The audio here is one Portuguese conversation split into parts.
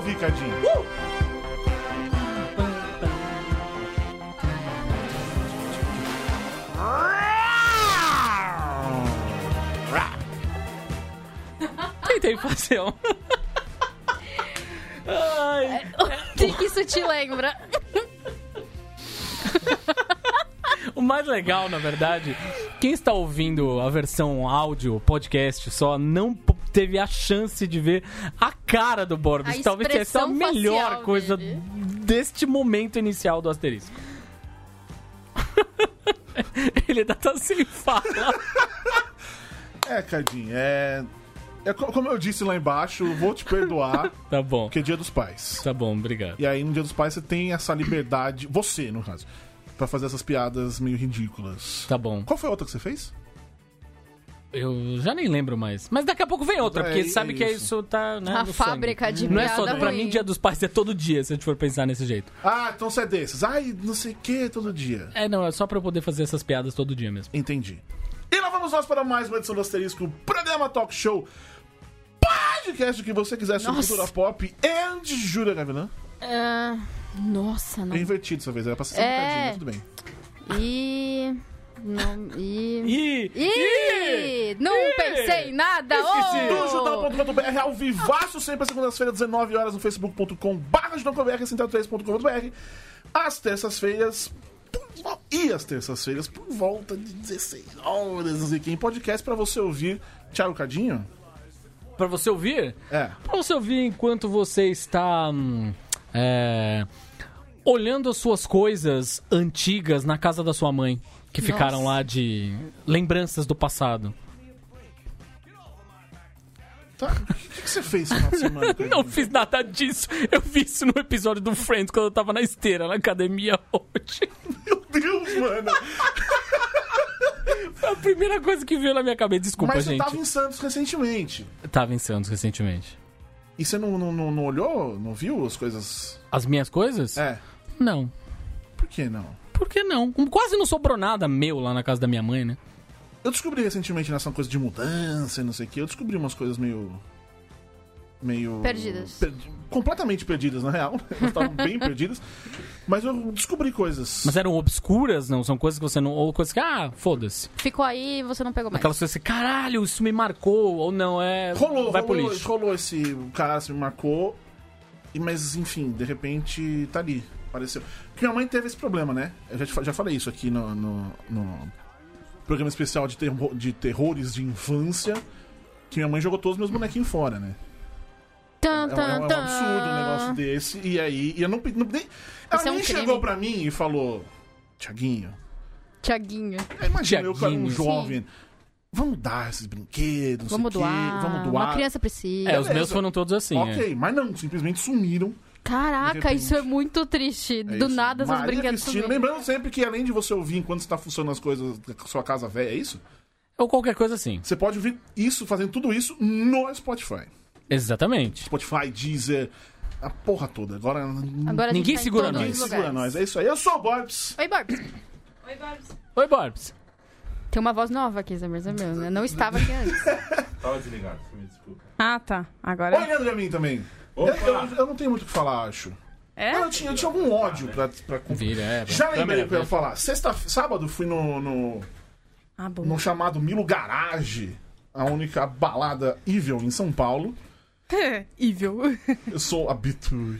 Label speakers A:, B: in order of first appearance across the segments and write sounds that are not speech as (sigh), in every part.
A: recadinho.
B: (laughs) Tentei fazer um. Ai,
C: O que que isso te lembra?
B: o mais legal, na verdade, quem está ouvindo a versão áudio, podcast só, não p- teve a chance de ver a cara do Borbs.
C: A
B: Talvez essa é a
C: expressão
B: melhor
C: facial
B: coisa
C: dele.
B: deste momento inicial do Asterisco. (laughs) Ele ainda tá sem fala.
A: É, Cadinho, é... é. co- Como eu disse lá embaixo, eu vou te perdoar,
B: Tá bom,
A: porque é dia dos pais.
B: tá bom, obrigado.
A: E aí, no Dia dos Pais, você tem essa liberdade, você, no caso, pra fazer essas piadas meio ridículas.
B: Tá bom.
A: Qual foi a outra que você fez?
B: Eu já nem lembro mais. Mas daqui a pouco vem outra,
A: É,
B: porque
A: é
B: sabe que
A: isso.
B: isso tá. Né,
C: A
B: no sangue.
C: fábrica de
B: Não é só.
C: piada
B: Pra
C: ruim.
B: mim, dia dos pais é todo dia, se a gente for pensar nesse jeito.
A: Ah, então você é desses. Ai, não sei o que, todo dia.
B: É, não, é só pra eu poder fazer essas piadas todo dia mesmo.
A: Entendi. E lá vamos nós para mais uma edição do Asterisco, programa Talk Show, podcast que você quiser sobre
C: Nossa.
A: cultura pop and Júlia Gavilã.
C: Ah, nossa, não.
A: É invertido dessa vez, era pra ser só um
C: É.
A: bocadinho, mas tudo bem.
C: E. Não, e.
B: Ih!
C: Ih, não pensei em nada!
B: Esqueci.
C: ô!
A: Dujudal.com.br ao vivaço, sempre às segundas-feiras, 19 horas no facebook.com barra judão.com.br, central3.com.br às terças-feiras por- e às terças-feiras por volta de 16 horas, não sei quem, podcast pra você ouvir Thiago Cadinho.
B: Pra você ouvir?
A: É.
B: Pra você ouvir enquanto você está. hum, é, olhando as suas coisas antigas na casa da sua mãe, que ficaram
C: Nossa.
B: lá de lembranças do passado.
A: Tá? O que, que você fez no final de semana? (laughs) Cadinho?
B: Não fiz nada disso. Eu vi isso no episódio do Friends quando eu tava na esteira, na academia hoje.
A: Meu Deus, mano.
B: Foi a primeira coisa que veio na minha cabeça. Desculpa,
A: Mas você
B: gente.
A: tava em Santos recentemente.
B: Tava em Santos recentemente.
A: E você não, não, não- não olhou, não viu as coisas?
B: As minhas coisas?
A: É.
B: Não.
A: Por que não?
B: Por que não? Quase não sobrou nada meu lá na casa da minha mãe, né?
A: Eu descobri recentemente nessa coisa de mudança e não sei o que, eu descobri umas coisas meio. meio.
C: Perdidas.
A: perdi- completamente perdidas, na real. (laughs) Elas estavam bem perdidas. Mas eu descobri coisas.
B: Mas eram obscuras, não? São coisas que você não. Ou coisas que. Ah, foda-se.
C: Ficou aí e você não pegou mais.
B: Aquelas coisas assim, caralho, isso me marcou. Ou não, é.
A: Rolou,
B: Vai pro
A: rolou,
B: lixo.
A: rolou esse cara se me marcou. E, mas, enfim, de repente tá ali. Apareceu. Porque minha mãe teve esse problema, né? Eu já, te fa- já falei isso aqui no, no, no programa especial de, terro- de terrores de infância. Que minha mãe jogou todos os meus bonequinhos fora, né?
C: Tan,
A: É um,
C: tan,
A: é um
C: tan.
A: absurdo um negócio desse. E aí, e eu não. pe- não nem, ela
C: Isso é um
A: nem
C: crime.
A: chegou pra mim e falou: Tiaguinho,
C: Tiaguinho.
A: aí imagina eu que era um
B: Tiaguinho.
A: jovem. Vamos dar esses brinquedos, não
C: Vamos
A: sei o quê,
C: doar.
A: vamos doar.
C: Uma criança precisa.
B: É, os meus
A: Beleza.
B: foram todos assim. é.
A: ok, mas não, simplesmente sumiram. de
C: Caraca,
A: repente.
C: isso é muito triste.
A: É
C: Do
A: isso.
C: nada essas
A: Maria
C: brinquedos
A: Cristina,
C: sumiram.
A: Lembrando sempre que além de você ouvir enquanto está funcionando as coisas da sua casa velha, é isso?
B: Ou qualquer coisa assim.
A: Você pode ouvir isso, fazendo tudo isso no Spotify.
B: Exatamente.
A: Spotify, Deezer, a porra toda. Agora,
C: Agora a gente
B: Ninguém
C: tá em
B: segura
C: todos
A: ninguém
C: os
B: nós.
A: segura
C: lugares.
A: nós. É isso aí. Eu sou o Borbs.
C: Oi, Borbs.
B: Oi, Borbs.
C: Tem uma voz nova aqui, Zambers. Eu não estava aqui antes.
D: Tava desligado, você me desculpa.
E: Ah, tá. Agora.
A: Olhando pra mim também. Eu,
D: Opa!
A: eu- eu não tenho muito o que falar, acho.
E: É?
A: Mas Eu, tinha, eu tinha algum ódio pra, pra cumprir.
B: Vira, é.
A: Já lembrei
B: câmera,
A: o que eu ia
B: né?
A: falar. Sexta, sábado fui no, no,
E: Ah, bom.
A: no chamado Milo Garage, a única balada evil em São Paulo.
E: Evil. (laughs)
A: Eu sou habitué.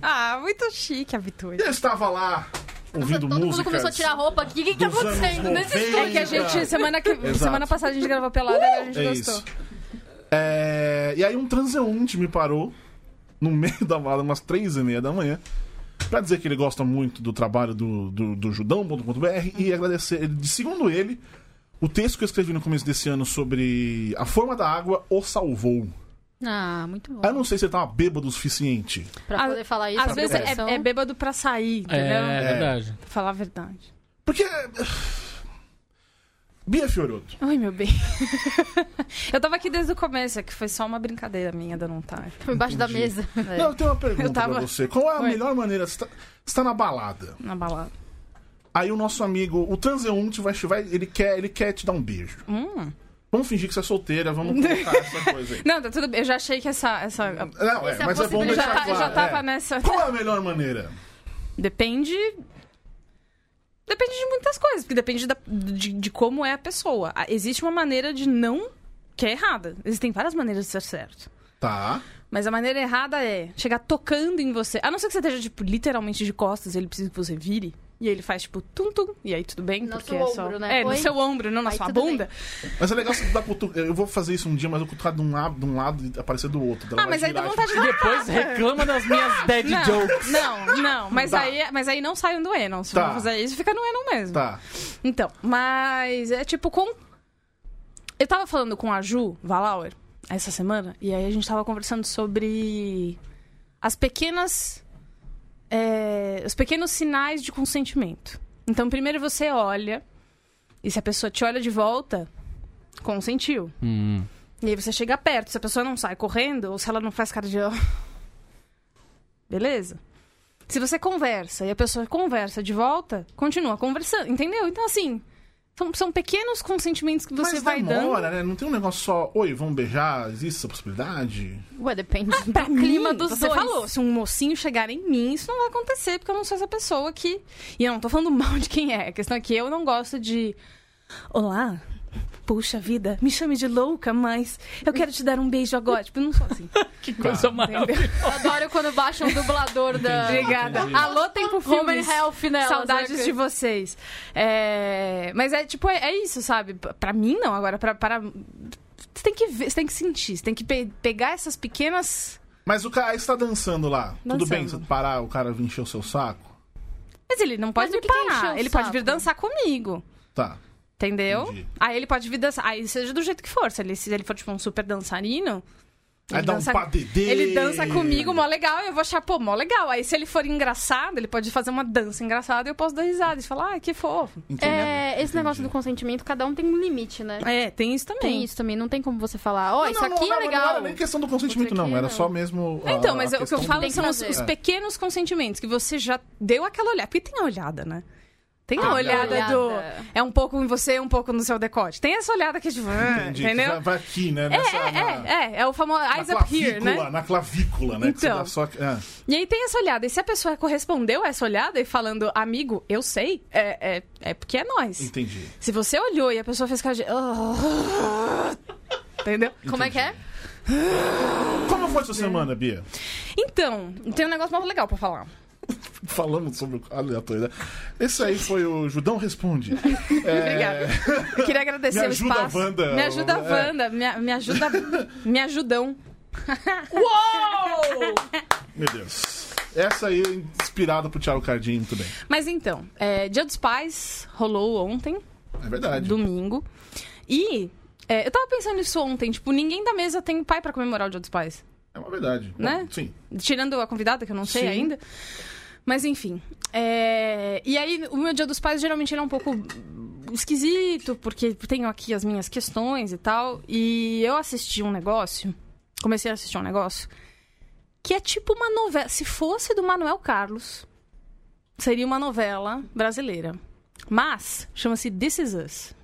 E: ah, muito chique a Vitória.
A: Eu estava lá ouvindo
C: Todo mundo
A: músicas.
C: começou a tirar roupa aqui. O que, que tá
A: dos anos
C: acontecendo nesse
A: 90?
C: estúdio?
E: Que a gente, semana, que,
A: Exato.
E: semana passada a gente gravou pelada e a gente
A: É
E: gostou.
A: isso. É, E aí um transeunte me parou no (laughs) meio da balada, umas três e meia da manhã, pra dizer que ele gosta muito do trabalho do, do, do judão.com.br e agradecer. ele- Segundo ele, o texto que eu escrevi no começo desse ano sobre a forma da água o salvou.
C: Ah, muito bom.
A: Aí Eu não sei se ele tava bêbado o suficiente.
C: Pra
E: Ah,
C: poder falar isso.
E: Às
C: na
E: vezes
C: produção.
E: é, é bêbado pra sair,
B: É,
E: entendeu?
B: é verdade.
E: Pra falar a verdade.
A: Porque. (sighs) Bia Fiorotto.
E: Ai, meu bem. (laughs) eu tava aqui desde o começo, é que foi só uma brincadeira minha de eu não tá estar.
C: Por embaixo da mesa.
A: Não, eu tenho uma pergunta
E: É. Eu tava-
A: pra você. Qual é a
E: Oi.
A: melhor maneira? Você tá, você tá na balada.
E: Na balada.
A: Aí o nosso amigo, o transeunte, vai, vai ele, quer, ele quer te dar um beijo.
E: Hum.
A: Vamos fingir que você é solteira,
E: (laughs)
A: vamos colocar essa coisa aí.
E: Não, tá tudo bem. Eu já achei que essa. essa...
A: Não, é,
C: Essa
A: mas é bom
E: Eu
A: deixar
E: já, tá- eu
A: claro.
E: já tava
A: é.
E: nessa.
A: Qual é a melhor maneira?
E: Depende. Depende de muitas coisas, porque depende da- de, de como é a pessoa. Ah, Existe uma maneira de não que é errada. Existem várias maneiras de ser certo.
A: Tá.
E: Mas a maneira errada é chegar tocando em você. A não ser que você esteja, tipo, literalmente de costas, ele precisa que você vire. E aí ele faz, tipo, tum-tum. E aí tudo bem,
C: No
E: porque
C: seu
E: é só.
C: ombro, né?
E: É, no
C: Oi?
E: seu ombro, não na
C: Aí
E: sua
C: tudo
E: bunda.
A: Mas é legal você dar cutu... Eu vou fazer isso um dia, mas eu cutucar de um lado, de um lado e aparecer do outro. Ela
E: Ah,
A: vai tipo,
E: mas aí dá
A: girar,
E: vontade de
B: E
A: (laughs)
B: depois reclama das minhas dead
E: não,
B: jokes.
E: Não, não.
A: (laughs)
E: Mas
A: Dá.
E: aí, é, mas aí não saiam do Enon. Se
A: Tá.
E: for fazer isso, fica no Enon mesmo.
A: tipo, Tá.
E: Então, mas é tipo com. Eu tava falando com a Ju Valauer essa semana, e aí a gente tava conversando sobre as pequenas. é, os pequenos sinais de consentimento. Então, primeiro você olha, e se a pessoa te olha de volta, consentiu.
B: Hum.
E: E aí você chega perto, se a pessoa não sai correndo, ou se ela não faz cara de. ó, Beleza? Se você conversa e a pessoa conversa de volta, continua conversando, entendeu? Então, assim, são, são pequenos consentimentos que você
A: mas
E: vai
A: demora,
E: dando.
A: né? Não tem um negócio só, oi, vamos beijar? Existe essa possibilidade?
C: (laughs) Ué, depende
E: Pra
C: do Ah, clima
E: mim,
C: dos
E: você
C: dois.
E: falou, se um mocinho chegar em mim, isso não vai acontecer, porque eu não sou essa pessoa que. E eu não tô falando mal de quem é. A questão é que eu não gosto de. Olá, puxa vida, me chame de louca, mas eu quero te dar um beijo agora. Tipo, eu não sou
C: (laughs)
E: assim.
B: Que coisa maravilhosa.
C: Eu adoro quando baixa um (laughs) dublador da...
E: Obrigada.
A: Entendi.
E: Alô, tempo
C: Home
E: filmes.
C: and Health né, nela.
E: Saudades
C: saca?
E: de vocês. É, Mas é tipo, é, é isso, sabe? P- Pra mim, não. Agora, pra, para. Você tem que ver, você tem que sentir, você tem que pe- pegar essas pequenas.
A: Mas o cara está dançando lá. Tudo
E: Dançando.
A: bem você parar, o cara vir encher o seu saco?
E: Mas ele não pode
C: Mas o
E: me
C: que que é encher
E: parar.
C: o
E: Ele pode
C: saco?
E: vir dançar comigo.
A: Tá.
E: Entendeu?
A: Entendi.
E: Aí ele pode vir dançar. Aí seja do jeito que for. Se ele, se ele for, tipo, um super dançarino.
A: Aí
E: ele
A: dá um padedê.
E: Ele dança comigo, mó legal, eu vou achar, pô, mó legal. Aí se ele for engraçado, ele pode fazer uma dança engraçada e eu posso dar risada e falar, ah, que fofo.
A: Entendeu?
C: É, esse negócio do
A: né? Entendi.
C: consentimento, cada um tem um limite, né?
E: É, tem isso também.
C: Tem isso também, não tem como você falar, ó,
A: Não,
C: isso
A: não,
C: aqui é
A: não, não,
C: legal.
A: Não era nem questão do consentimento,
C: Isso aqui
A: não. Era
C: não.
A: só mesmo. a-
E: Então, mas
A: Ah, a
E: eu- o que eu
A: questão
E: falo
C: tem que
E: são os,
C: fazer.
E: os
A: É.
E: pequenos consentimentos que você já deu aquela olhada. Porque tem a olhada, né? Tem
A: Tem
E: a
A: a
E: olhada,
C: Ah, olhada.
E: do. É um pouco em você, um pouco no seu decote. Tem essa olhada que é tipo. ah,
A: Entendi.
E: entendeu?
A: Vai- Vai aqui, né?
E: É,
A: Nessa, na-
E: é, é, é. É o famoso
A: na
E: eyes up here, né?
A: clavícula, Na clavícula, né? Que você
E: Então.
A: dá só... é.
E: E aí tem essa olhada. E se a pessoa correspondeu a essa olhada e falando, amigo, eu sei, é, é, é porque é nós.
A: Entendi.
E: Se você olhou e a pessoa fez cara de. "Ah", entendeu?
C: Como é que é?
A: Como foi
E: É.
A: sua semana, Bia?
E: Então, tem um negócio muito legal pra falar.
A: Falamos sobre o- aleatoriedade. Esse aí foi o Judão
E: (laughs)
A: Responde. É,
E: Obrigada. Eu Queria agradecer
A: (laughs) Me
E: o
A: ajuda,
E: espaço.
A: Wanda.
E: Me ajuda,
A: É.
E: Wanda. Me,
A: (laughs)
E: me ajuda. me ajudam.
A: Meu Deus. Essa aí é inspirada pro Thiago Cardinho, muito bem.
E: Mas então, é, Dia dos Pais rolou ontem,
A: É verdade.
E: domingo. E é, eu tava pensando nisso ontem. Tipo, ninguém da mesa tem pai pra comemorar o Dia dos Pais.
A: É uma verdade.
E: Né?
A: Sim.
E: Tirando a convidada, que eu não sei
A: Sim.
E: ainda. Mas enfim. é, E aí, o meu Dia dos Pais geralmente ele é um pouco esquisito, porque tenho aqui as minhas questões e tal. E eu assisti um negócio, comecei a assistir um negócio, que é tipo uma novela. Se fosse do Manuel Carlos, seria uma novela brasileira. Mas chama-se This Is Us.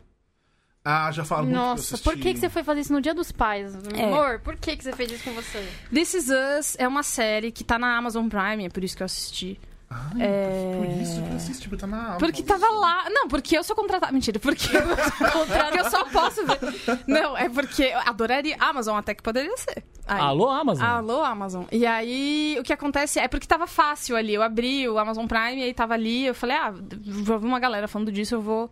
A: Ah, já falo muito
C: Nossa,
A: eu
C: por que,
A: assisti.
C: que você foi fazer isso no dia dos pais?
E: É.
C: Amor, por que, que você fez isso com você?
E: This Is Us é uma série que tá na Amazon Prime, é por isso que eu assisti.
A: Ah,
E: É.
A: Por isso que eu assisti, tipo, tá na alma.
E: Porque tava lá. Não, porque eu sou contratada. Mentira, porque eu, porque eu só posso ver. Não, é porque eu adoraria. Amazon até que poderia ser. Aí-
B: Alô, Amazon.
E: Alô, Amazon. E aí, o que acontece é porque tava fácil ali. Eu abri o Amazon Prime, aí tava ali. Eu falei, ah, já vi uma galera falando disso, eu vou.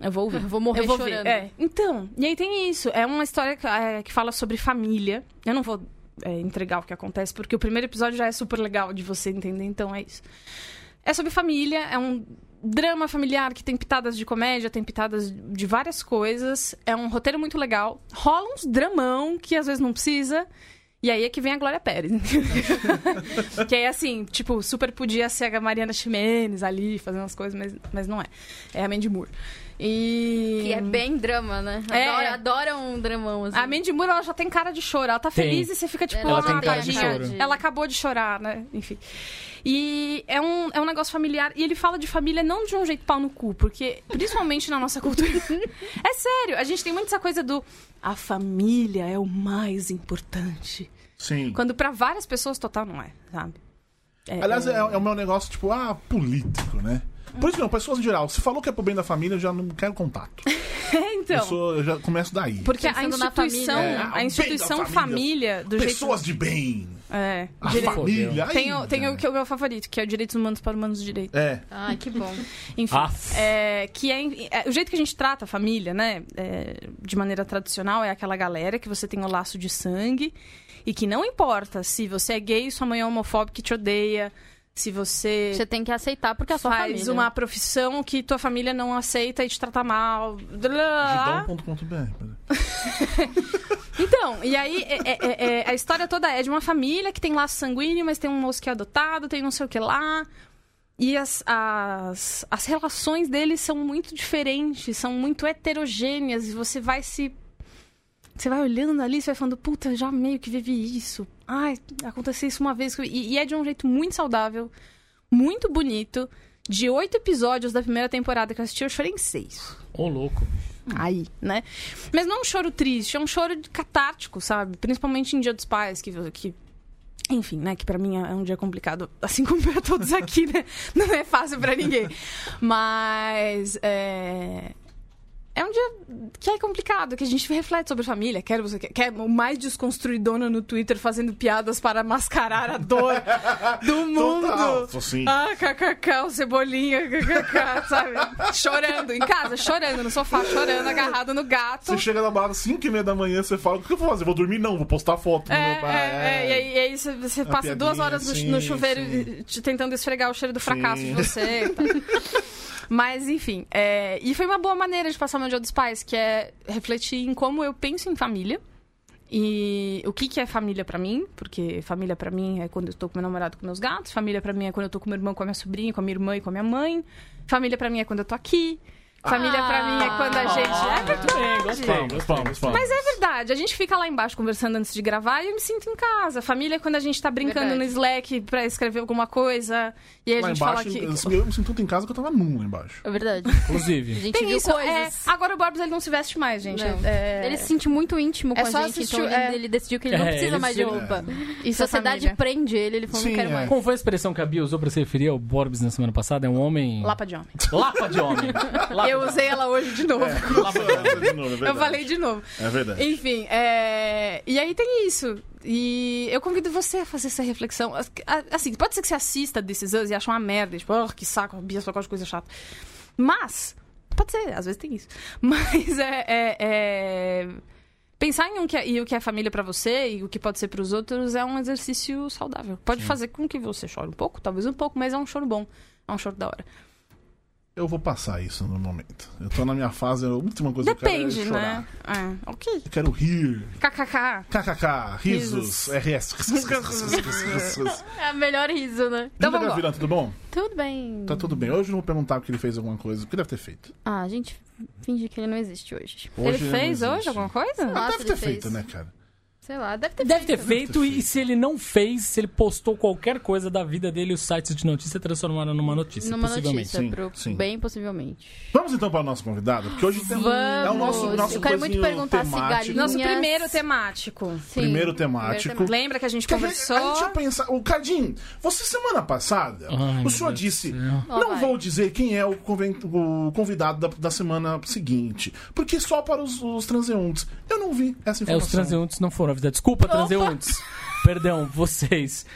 E: Eu vou ouvir.
C: (laughs) Eu vou morrer
E: Eu vou ver.
C: chorando.
E: É. Então, e aí tem isso. É uma história que, é, que fala sobre família. Eu não vou é, entregar o que acontece, porque o primeiro episódio já é super legal de você entender, então é isso. É sobre família, é um drama familiar que tem pitadas de comédia, tem pitadas de várias coisas. É um roteiro muito legal. Rola uns dramão que às vezes não precisa. E aí é que vem a Glória Pérez. (laughs) que aí, assim, tipo, super podia ser a Mariana Ximenes ali, fazendo as coisas, mas, mas não é. É a Mandy Moore. E.
C: Que é bem drama, né?
E: É.
C: Adora, adora um dramão, assim.
E: A Mandy Moore, ela já tem cara de chorar. Ela tá
B: Tem.
E: feliz e você fica tipo,
B: Ela
E: ah,
B: tem cara de
E: tadinha.
B: choro.
E: Ela acabou de chorar, né? Enfim. E é um, é um negócio familiar. E ele fala de família não de um jeito pau no cu, porque, principalmente na nossa cultura. (laughs) é sério, a gente tem muito essa coisa do. A família é o mais importante.
A: Sim.
E: Quando pra várias pessoas, total, não é, sabe? É,
A: Aliás, é, é o meu negócio, tipo, ah, político, né? Por isso não, pessoas em geral. Se falou que é pro bem da família, eu já não quero contato.
E: é,
A: Eu,
E: (laughs) então.
A: sou- eu já começo daí.
E: Porque a
C: Pensando na
E: instituição,
C: família.
A: É, o
E: a
A: bem
E: instituição
A: da
E: família,
A: família.
E: do
A: pessoas de bem.
E: jeito. É.
A: A
B: Direito.
A: família. aí,
E: Tem, o, tem
A: cara.
E: o que é o meu favorito, que é o direitos humanos para humanos de direito.
A: É.
C: Ai, que (laughs) bom.
E: Enfim.
B: Ah,
E: É, que é, é, o jeito que a gente trata a família, né? é, de maneira tradicional, é aquela galera que você tem o laço de sangue e que não importa se você é gay, sua mãe é homofóbica e te odeia, se você,
C: Você tem que aceitar porque é a sua
E: faz
C: família.
E: uma profissão que tua família não aceita e te trata mal. blá, blá, blá.
A: Judão.com.br. peraí.
E: Então, e aí é- é- é- é- a história toda é de uma família que tem laço sanguíneo, mas tem um moço que é adotado, tem não sei o que lá. E as, as, as relações deles são muito diferentes, são muito heterogêneas, e você vai se. Você vai olhando ali, você vai falando, puta, já meio que vivi isso. Ai, aconteceu isso uma vez. que eu-" E, e é de um jeito muito saudável, muito bonito. De oito episódios da primeira temporada que eu assisti, eu chorei em seis.
B: Ô, louco.
E: Aí, né? Mas não é um choro triste, é um choro de- catártico, sabe? Principalmente em Dia dos Pais, que. que enfim, né? Que pra mim é um dia complicado, assim (laughs) como pra todos aqui, né? Não é fácil pra ninguém. Mas. É... É um dia que é complicado, que a gente reflete sobre família. Quer você quer, quer o mais desconstruidona no Twitter fazendo piadas para mascarar a dor do mundo.
A: Total, assim.
E: Ah, kkk, o cebolinha, kkk, sabe? chorando em casa, chorando no sofá, chorando, agarrado no gato.
A: Você chega na barra às 5 e meia da manhã, você fala, o que eu vou fazer? Vou dormir? Não, vou postar foto.
E: É,
A: no meu-
E: é, é, e aí, e aí você, você passa duas
A: piadinha,
E: horas no,
A: sim,
E: no chuveiro
A: sim.
E: te- tentando esfregar o cheiro do fracasso
A: Sim.
E: de você.
A: (laughs)
E: e tal. Mas, enfim. é, e foi uma boa maneira de passar meu Dia dos Pais, que é refletir em como eu penso em família. E o que, que é família pra mim? Porque família pra mim é quando eu tô com meu namorado, com meus gatos. Família pra mim é quando eu tô com meu irmão, com a minha sobrinha, com a minha irmã e com a minha mãe. Família pra mim é quando eu tô aqui.
A: Ah,
E: Família pra mim é quando a gente. É verdade.
B: Muito bem, gostei, gostei, gostei.
E: Mas é verdade, a gente fica lá embaixo conversando antes de gravar e eu me sinto em casa. Família é quando a gente tá brincando
C: Verdade.
E: no Slack pra escrever alguma coisa e aí a
A: Lá
E: gente
A: embaixo,
E: fala que.
A: eu- eu me sinto tanto em casa que eu tava nu lá (laughs) embaixo.
C: É verdade. (laughs) A
A: (laughs)
B: Inclusive.
C: gente
E: Tem
C: viu
E: isso, é,
C: coisas.
E: agora o Borbs ele não se veste mais, gente.
C: Não.
E: É,
C: Ele se sente muito íntimo com
E: É
C: a
E: só
C: gente,
E: assistir-
C: então ele,
E: é.
C: ele decidiu que ele não
B: É,
C: precisa
B: ele
C: mais
B: se-
C: de roupa.
E: isso é
C: Sociedade
E: família.
C: prende ele, ele falou,
A: Sim,
C: não quero
A: é.
C: mais.
B: Como foi a expressão que a Bia usou pra se referir ao Borbs na semana passada? É um homem...
E: Lapa de homem.
B: Lapa de homem. Lapa
E: Eu usei ela hoje de novo.
B: Lapa de homem.
A: De novo, é
E: eu
A: verdade.
E: falei de novo.
A: É verdade.
E: Enfim, é, e aí tem isso. E eu convido você a fazer essa reflexão. As- a- Assim, pode ser que você assista desses anos e ache uma merda, tipo, oh, que saco, a Bia só gosta de coisa chata. Mas, pode ser, às vezes tem isso. (laughs) Mas é. é- é, Pensar em um que é- e o que é família pra você e o que pode ser pros outros é um exercício saudável. Pode fazer com que você chore um pouco, talvez um pouco, mas é um choro bom. É um choro da hora.
A: Eu vou passar isso no momento. Eu tô na minha fase, a última coisa que
E: Depende,
A: eu quero é chorar.
E: né? É, ok.
A: Eu quero rir.
E: KKK.
A: KKK, risos,
E: Risos.
C: (laughs)
A: RS.
C: É o melhor riso, né?
A: Diga,
E: Então vamos lá.
A: Gavirão, tudo bom?
C: Tudo bem.
A: Tá tudo bem. Hoje eu não vou perguntar porque ele fez alguma coisa, porque deve ter feito.
C: Ah, a gente finge que ele não existe hoje.
A: Hoje
E: Ele
A: não
E: fez
A: existe.
E: hoje alguma coisa?
C: Sei lá, se
A: Deve ter
C: ele fez.
A: feito, né, cara?
C: Sei lá, deve ter
B: Deve ter
C: feito.
B: feito, e se ele não fez, se ele postou qualquer coisa da vida dele, os sites de notícia transformaram numa notícia,
C: né? Numa
B: possivelmente.
C: notícia,
A: sim,
C: pro-
A: sim.
C: bem possivelmente.
A: Vamos então para o nosso convidado, porque hoje tem um- é o nosso,
C: Vamos.
A: nosso
C: Eu quero muito
A: coisinho
C: perguntar se
A: temático.
C: galinha-
E: Nosso
C: Minhas-
E: primeiro temático.
C: Sim.
A: Primeiro temático.
C: Primeiro
E: Lembra que a gente
A: Que a gente,
E: conversou?
A: a gente ia pensar. O Cardim, você semana passada,
B: Ai,
A: o
B: meu
A: senhor
B: Deus
A: disse:
B: do céu.
C: Lá
A: não
C: vai."
A: vou dizer quem é o, conven- o convidado da, da semana seguinte, porque só para os, os transeuntes. Eu não vi essa
B: É,
A: informação.
B: os transeuntes não foram avisados. Desculpa, transeuntes. Perdão, vocês.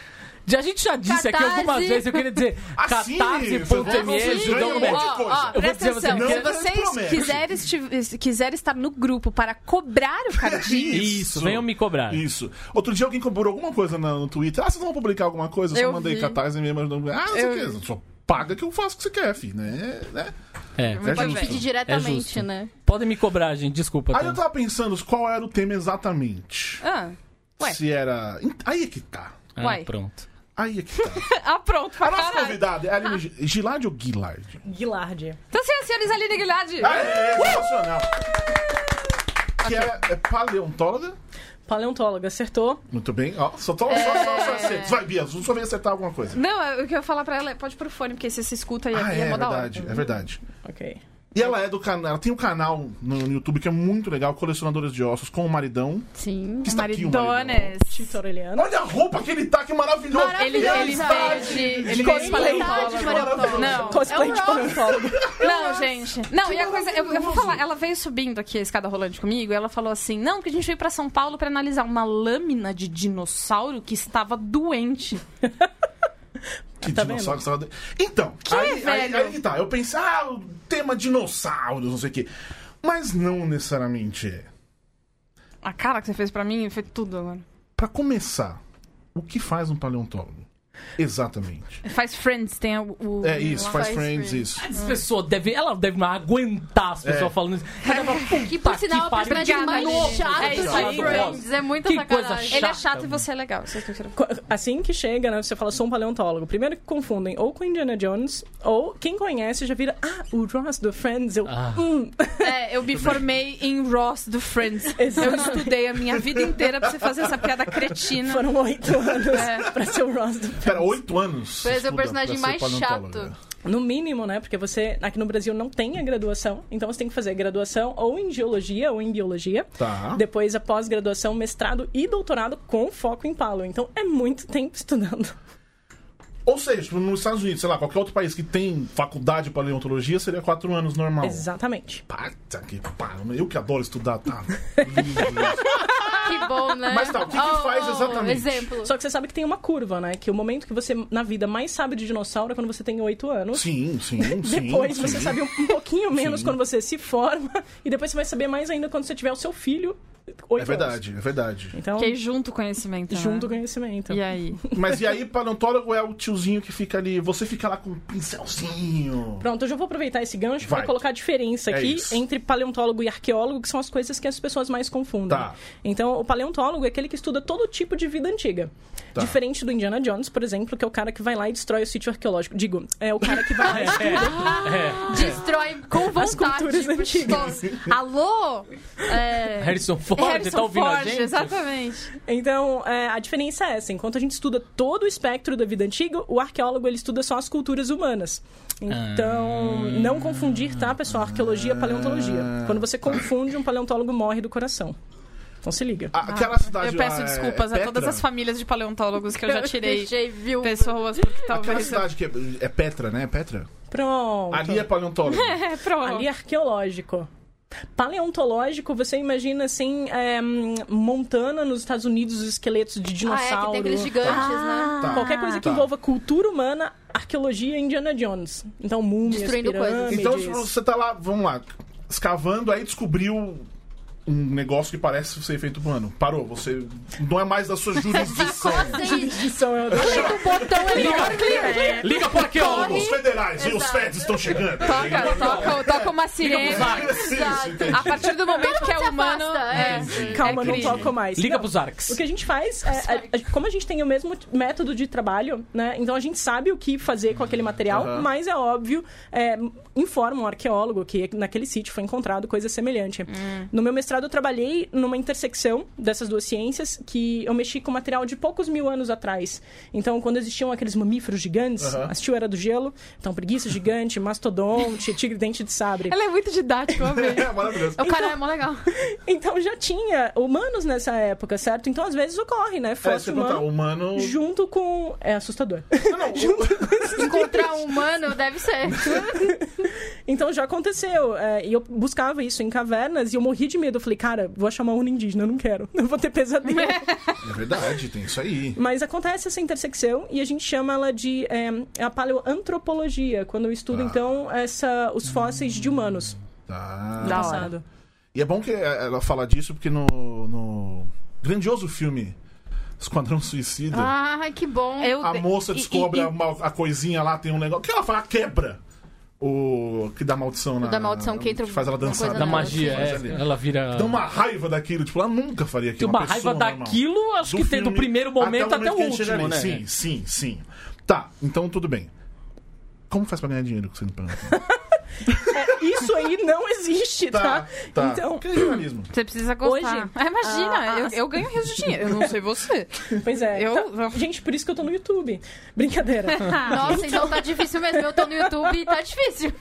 B: Já- A gente já disse aqui
C: Catarse.
B: algumas vezes, eu queria dizer
A: Assine,
B: catarse.me,
A: vocês ganham
B: Judão
A: um
B: Bem.
A: monte de coisa.
E: Ó, ó,
B: Eu vou
E: presta
B: dizer pra
E: atenção.
A: você
E: Se
A: que- assim, Não
E: vocês
A: promete.
E: quiserem esti- quiserem estar no grupo para cobrar o
A: (laughs)
E: Cardinho,
B: Isso, venham me cobrar.
A: Isso. Outro dia alguém cobrou alguma coisa na- no Twitter. Ah, vocês não vão publicar alguma coisa? Eu só
C: Eu
A: mandei
C: vi.
A: catarse mesmo. mas não- Ah, não sei o que. Só paga que eu faço o que você quer, filho. Né? né?
B: É.
A: É
C: Pode
A: justo.
C: pedir
B: É
C: diretamente,
B: justo.
C: né?
B: Podem me cobrar, gente, desculpa.
A: Aí eu
B: Tá?
A: tava pensando qual era o tema exatamente.
E: Ah, Ué.
A: Se era. Aí é que tá.
B: Ah,
E: Uai.
B: pronto.
A: Aí é que tá.
E: ah, pronto, pra
A: A nossa
E: caralho. Ah.
A: convidada é a Aline G- Gilard ou Guilard?
F: Guilard.
E: Então, senhoras e senhores, Aline Guilherme.
A: Ah, é, sensacional. Que é, é paleontóloga.
F: Paleontóloga, acertou.
A: Muito bem. Ó, só tô, só, só, só acertos. Vai, Bia, só vem acertar alguma coisa.
E: Não, é- o que eu ia falar pra ela é pode ir pro fone, porque você se escuta e
A: Ah,
E: aqui é,
A: é,
E: mó da hora.
A: verdade, é verdade.
F: Ok.
A: E ela é do canal, ela tem um canal no YouTube que é muito legal, Colecionadores de Ossos, com o maridão.
C: Sim.
A: Que está aqui, um o maridão.
E: Maridones.
F: Tito Aureliano.
A: Olha a roupa que ele tá, que é maravilhoso.
E: Ele,
C: Maravilhoso.
E: ele vende. Ele
F: Cosplay.
E: vende paleontólogo.
A: Maravilhoso.
E: Não,
F: Cosplay
E: é um
F: de paleontólogo.
E: Não, gente. Não, e a coisa, eu, eu vou
A: maravilhoso.
E: falar, ela veio subindo aqui a escada rolante comigo e ela falou assim: não, porque a gente veio pra São Paulo pra analisar uma lâmina de dinossauro que estava doente.
A: Que
F: Tá
A: dinossauro que você tava de- Então, aí, aí,
E: velho?
A: aí que tá. Eu pensei, ah, o tema dinossauros, não sei o quê. Mas não necessariamente é.
E: A cara que você fez pra mim foi tudo agora.
A: Pra começar, o que faz um paleontólogo? Exatamente.
E: Faz Friends, tem o. o-
A: É isso, faz,
C: faz
A: friends,
C: friends.
A: isso.
B: As pessoas devem. Ela deve aguentar as pessoas
A: É.
B: falando isso. Mas ela fala,
C: Que
B: "Puta
C: por sinal é
B: que
C: o
B: pariu,
C: personagem
B: que
C: mais
B: nojo".
C: chato
B: É
C: de
B: isso aí,
C: Friends. É muita
B: Que coisa
C: sacanagem.
E: Ele é
B: Chata,
E: chato e
B: mano.
E: você é legal. Vocês estão tirando.
F: Co- Assim que chega, né? Você fala, sou um paleontólogo. Primeiro que confundem ou com Indiana Jones, ou quem conhece já vira, ah, o Ross do Friends. Eu,
B: Ah.
F: hum.
E: É, eu me formei em Ross do Friends.
F: é
E: Eu estudei a minha vida inteira pra você fazer essa piada (laughs) cretina.
F: Foram oito anos
E: É.
F: (laughs) pra ser o Ross do
A: Pera, oito anos.
C: Mas é o
A: estuda
C: personagem
A: pra
C: mais
A: ser paleontólogo,
C: chato.
A: né?
F: No mínimo, né? Porque você, aqui no Brasil, não tem a graduação. Então você tem que fazer graduação ou em geologia ou em biologia.
A: Tá.
F: Depois, a pós-graduação, mestrado e doutorado com foco em palo. Então é muito tempo estudando.
A: Ou seja, tipo, nos Estados Unidos, sei lá, qualquer outro país que tem faculdade de paleontologia seria quatro anos normal.
F: Exatamente.
A: Pata que pariu. Eu que adoro estudar, tá? Livros.
C: (laughs) Que bom, né?
A: Mas tá, o que que faz exatamente?
C: Exemplo.
F: Só que você sabe que tem uma curva, né? Que o momento que você, na vida, mais sabe de dinossauro é quando você tem oito anos.
A: sim, sim, sim.
F: Depois
A: sim.
F: você sabe um um pouquinho
A: (laughs)
F: menos
A: Sim.
F: quando você se forma. E depois você vai saber mais ainda quando você tiver o seu filho. Oito
A: É verdade, é verdade.
F: Anos. Então,
E: Fiquei junto o conhecimento. né?
F: junto o conhecimento.
E: E é. aí?
A: Mas e aí, paleontólogo é o tiozinho que fica ali. Você fica lá com um pincelzinho.
F: Pronto, eu já vou aproveitar esse gancho para
A: Vai.
F: colocar a diferença
A: É
F: aqui
A: isso.
F: entre paleontólogo e arqueólogo, que são as coisas que as pessoas mais confundem.
A: Tá.
F: Então, o paleontólogo é aquele que estuda todo tipo de vida antiga.
A: Tá.
F: Diferente do Indiana Jones, por exemplo, que é o cara que vai lá e destrói o sítio arqueológico. Digo, é o cara
A: (laughs)
F: que vai lá e estuda.
C: Destrói com
F: As
C: vontade.
F: culturas
C: tipo, (laughs)
F: antigas.
C: tipo, Alô? É...
B: Harrison Ford,
E: Harrison
B: tá ouvindo a
E: Ford,
B: gente?
E: exatamente.
F: Então, é, a diferença é essa. Enquanto a gente estuda todo o espectro da vida antiga, o arqueólogo ele estuda só as culturas humanas. Então,
A: Ah.
F: não confundir, tá, pessoal? Arqueologia e paleontologia. Quando você confunde, um paleontólogo morre do coração. Então se liga.
A: Ah, Aquela cidade
E: Eu
A: lá
E: peço
A: é-
E: desculpas
A: é
E: a todas
A: Petra?
E: as famílias de paleontólogos que eu já tirei
C: Deixei, um viu?
E: pessoas,
C: (laughs)
E: porque
A: Aquela
E: talvez.
A: cidade que é, é Petra, né? É Petra?
F: Pronto.
A: Ali é paleontólogo.
E: É, pronto.
F: Ali é arqueológico. Paleontológico, você imagina assim, é, hum, Montana nos Estados Unidos, os esqueletos de
C: Ah, é, que tem
F: dinossauro.
C: aqueles gigantes, né?
A: Tá.
F: Qualquer coisa que
A: Tá.
F: envolva cultura humana, arqueologia e Indiana Jones. Então, múmias,
C: Destruindo coisas.
F: pirâmides.
A: Então você tá lá, vamos lá, escavando, aí descobriu um negócio que parece ser feito humano. Parou, você não é mais da sua jurisdição.
F: Jurisdição é outra.
C: Clica o botão enorme.
F: É.
B: Liga pro arqueólogo!
A: Os federais, os
C: Exato.
A: feds estão chegando.
E: (laughs) Toca, toca, toca uma sirene.
A: Isso,
C: Exato.
A: entendi.
E: A partir do momento que é
C: um se
E: humano.
C: afasta,
E: é.
C: é.
F: Calma,
E: É
F: não
E: crime.
F: toco mais.
B: Liga
F: Não.
B: pros Arcs.
F: O que a gente faz, é, a- a- como a gente tem o mesmo t- método de trabalho, né? Então a gente sabe o que fazer com aquele material,
A: Aham.
F: mas é óbvio, é, informa um arqueólogo que naquele sítio foi encontrado coisa semelhante. No meu mestrado eu trabalhei numa intersecção dessas duas ciências que eu mexi com material de poucos mil anos atrás. Então quando existiam aqueles mamíferos gigantes,
A: Aham.
F: a assistiu Era do Gelo, então preguiça gigante, mastodonte, (laughs) tigre-dente de sabre.
E: Ela é muito didática, eu amei.
A: É maravilhoso.
C: (laughs) O cara é mó legal.
F: Então já tinha humanos nessa época, certo? Então às vezes ocorre, né?
A: É, você
F: Fóssil
A: perguntar,
F: humano
A: humano.
F: junto com... É assustador.
A: (laughs)
F: (laughs)
A: Não, não, o-
C: Encontrar um humano deve ser.
F: Então já aconteceu. é, e eu buscava isso em cavernas e eu morri de medo. Eu falei, cara, vou achar uma urna indígena, eu não quero. (laughs) Eu vou
E: (laughs)
F: ter pesadelo.
A: É verdade, tem isso aí.
F: Mas acontece essa intersecção e a gente chama ela de é, a paleoantropologia, quando eu estudo,
A: Ah.
F: então, essa, os fósseis de humanos.
A: Tá.
E: Da hora.
F: passado.
A: E é bom que ela fala disso, porque no, no grandioso filme Esquadrão Suicida,
C: Ah, que bom.
E: Eu-
A: a moça
E: e-
A: descobre
E: e-
A: A, mal- a coisinha lá, tem um negócio. O que ela fala? Quebra! O que dá maldição na.
C: da maldição que entra
A: faz ela
C: uma
A: dançar. né?
C: coisa
B: Da
C: Não,
B: magia,
C: sim.
B: é. Ela vira.
A: Dá Então, uma raiva daquilo, tipo, ela nunca faria
B: Tem
A: aquilo.
B: uma
A: pessoa
B: raiva
A: normal.
B: daquilo, acho que tem do
A: filme
B: primeiro momento até o,
A: que a gente chega
B: último,
A: ali.
B: né?
A: Sim, sim, sim. Tá, então tudo bem. Como faz pra ganhar dinheiro com sendo
B: (laughs)
A: planta?
F: Isso aí não existe, tá?
A: tá.
F: Então,
A: Que é jornalismo.
E: Você precisa gostar.
F: Hoje-
E: Ah, (laughs) imagina,
F: Ah,
E: eu, eu ganho rios de dinheiro. Eu não sei você.
F: pois é.
E: Eu-
F: Então, gente, por isso que eu tô no YouTube. Brincadeira.
C: Nossa, então tá difícil mesmo. Eu tô no YouTube e tá difícil.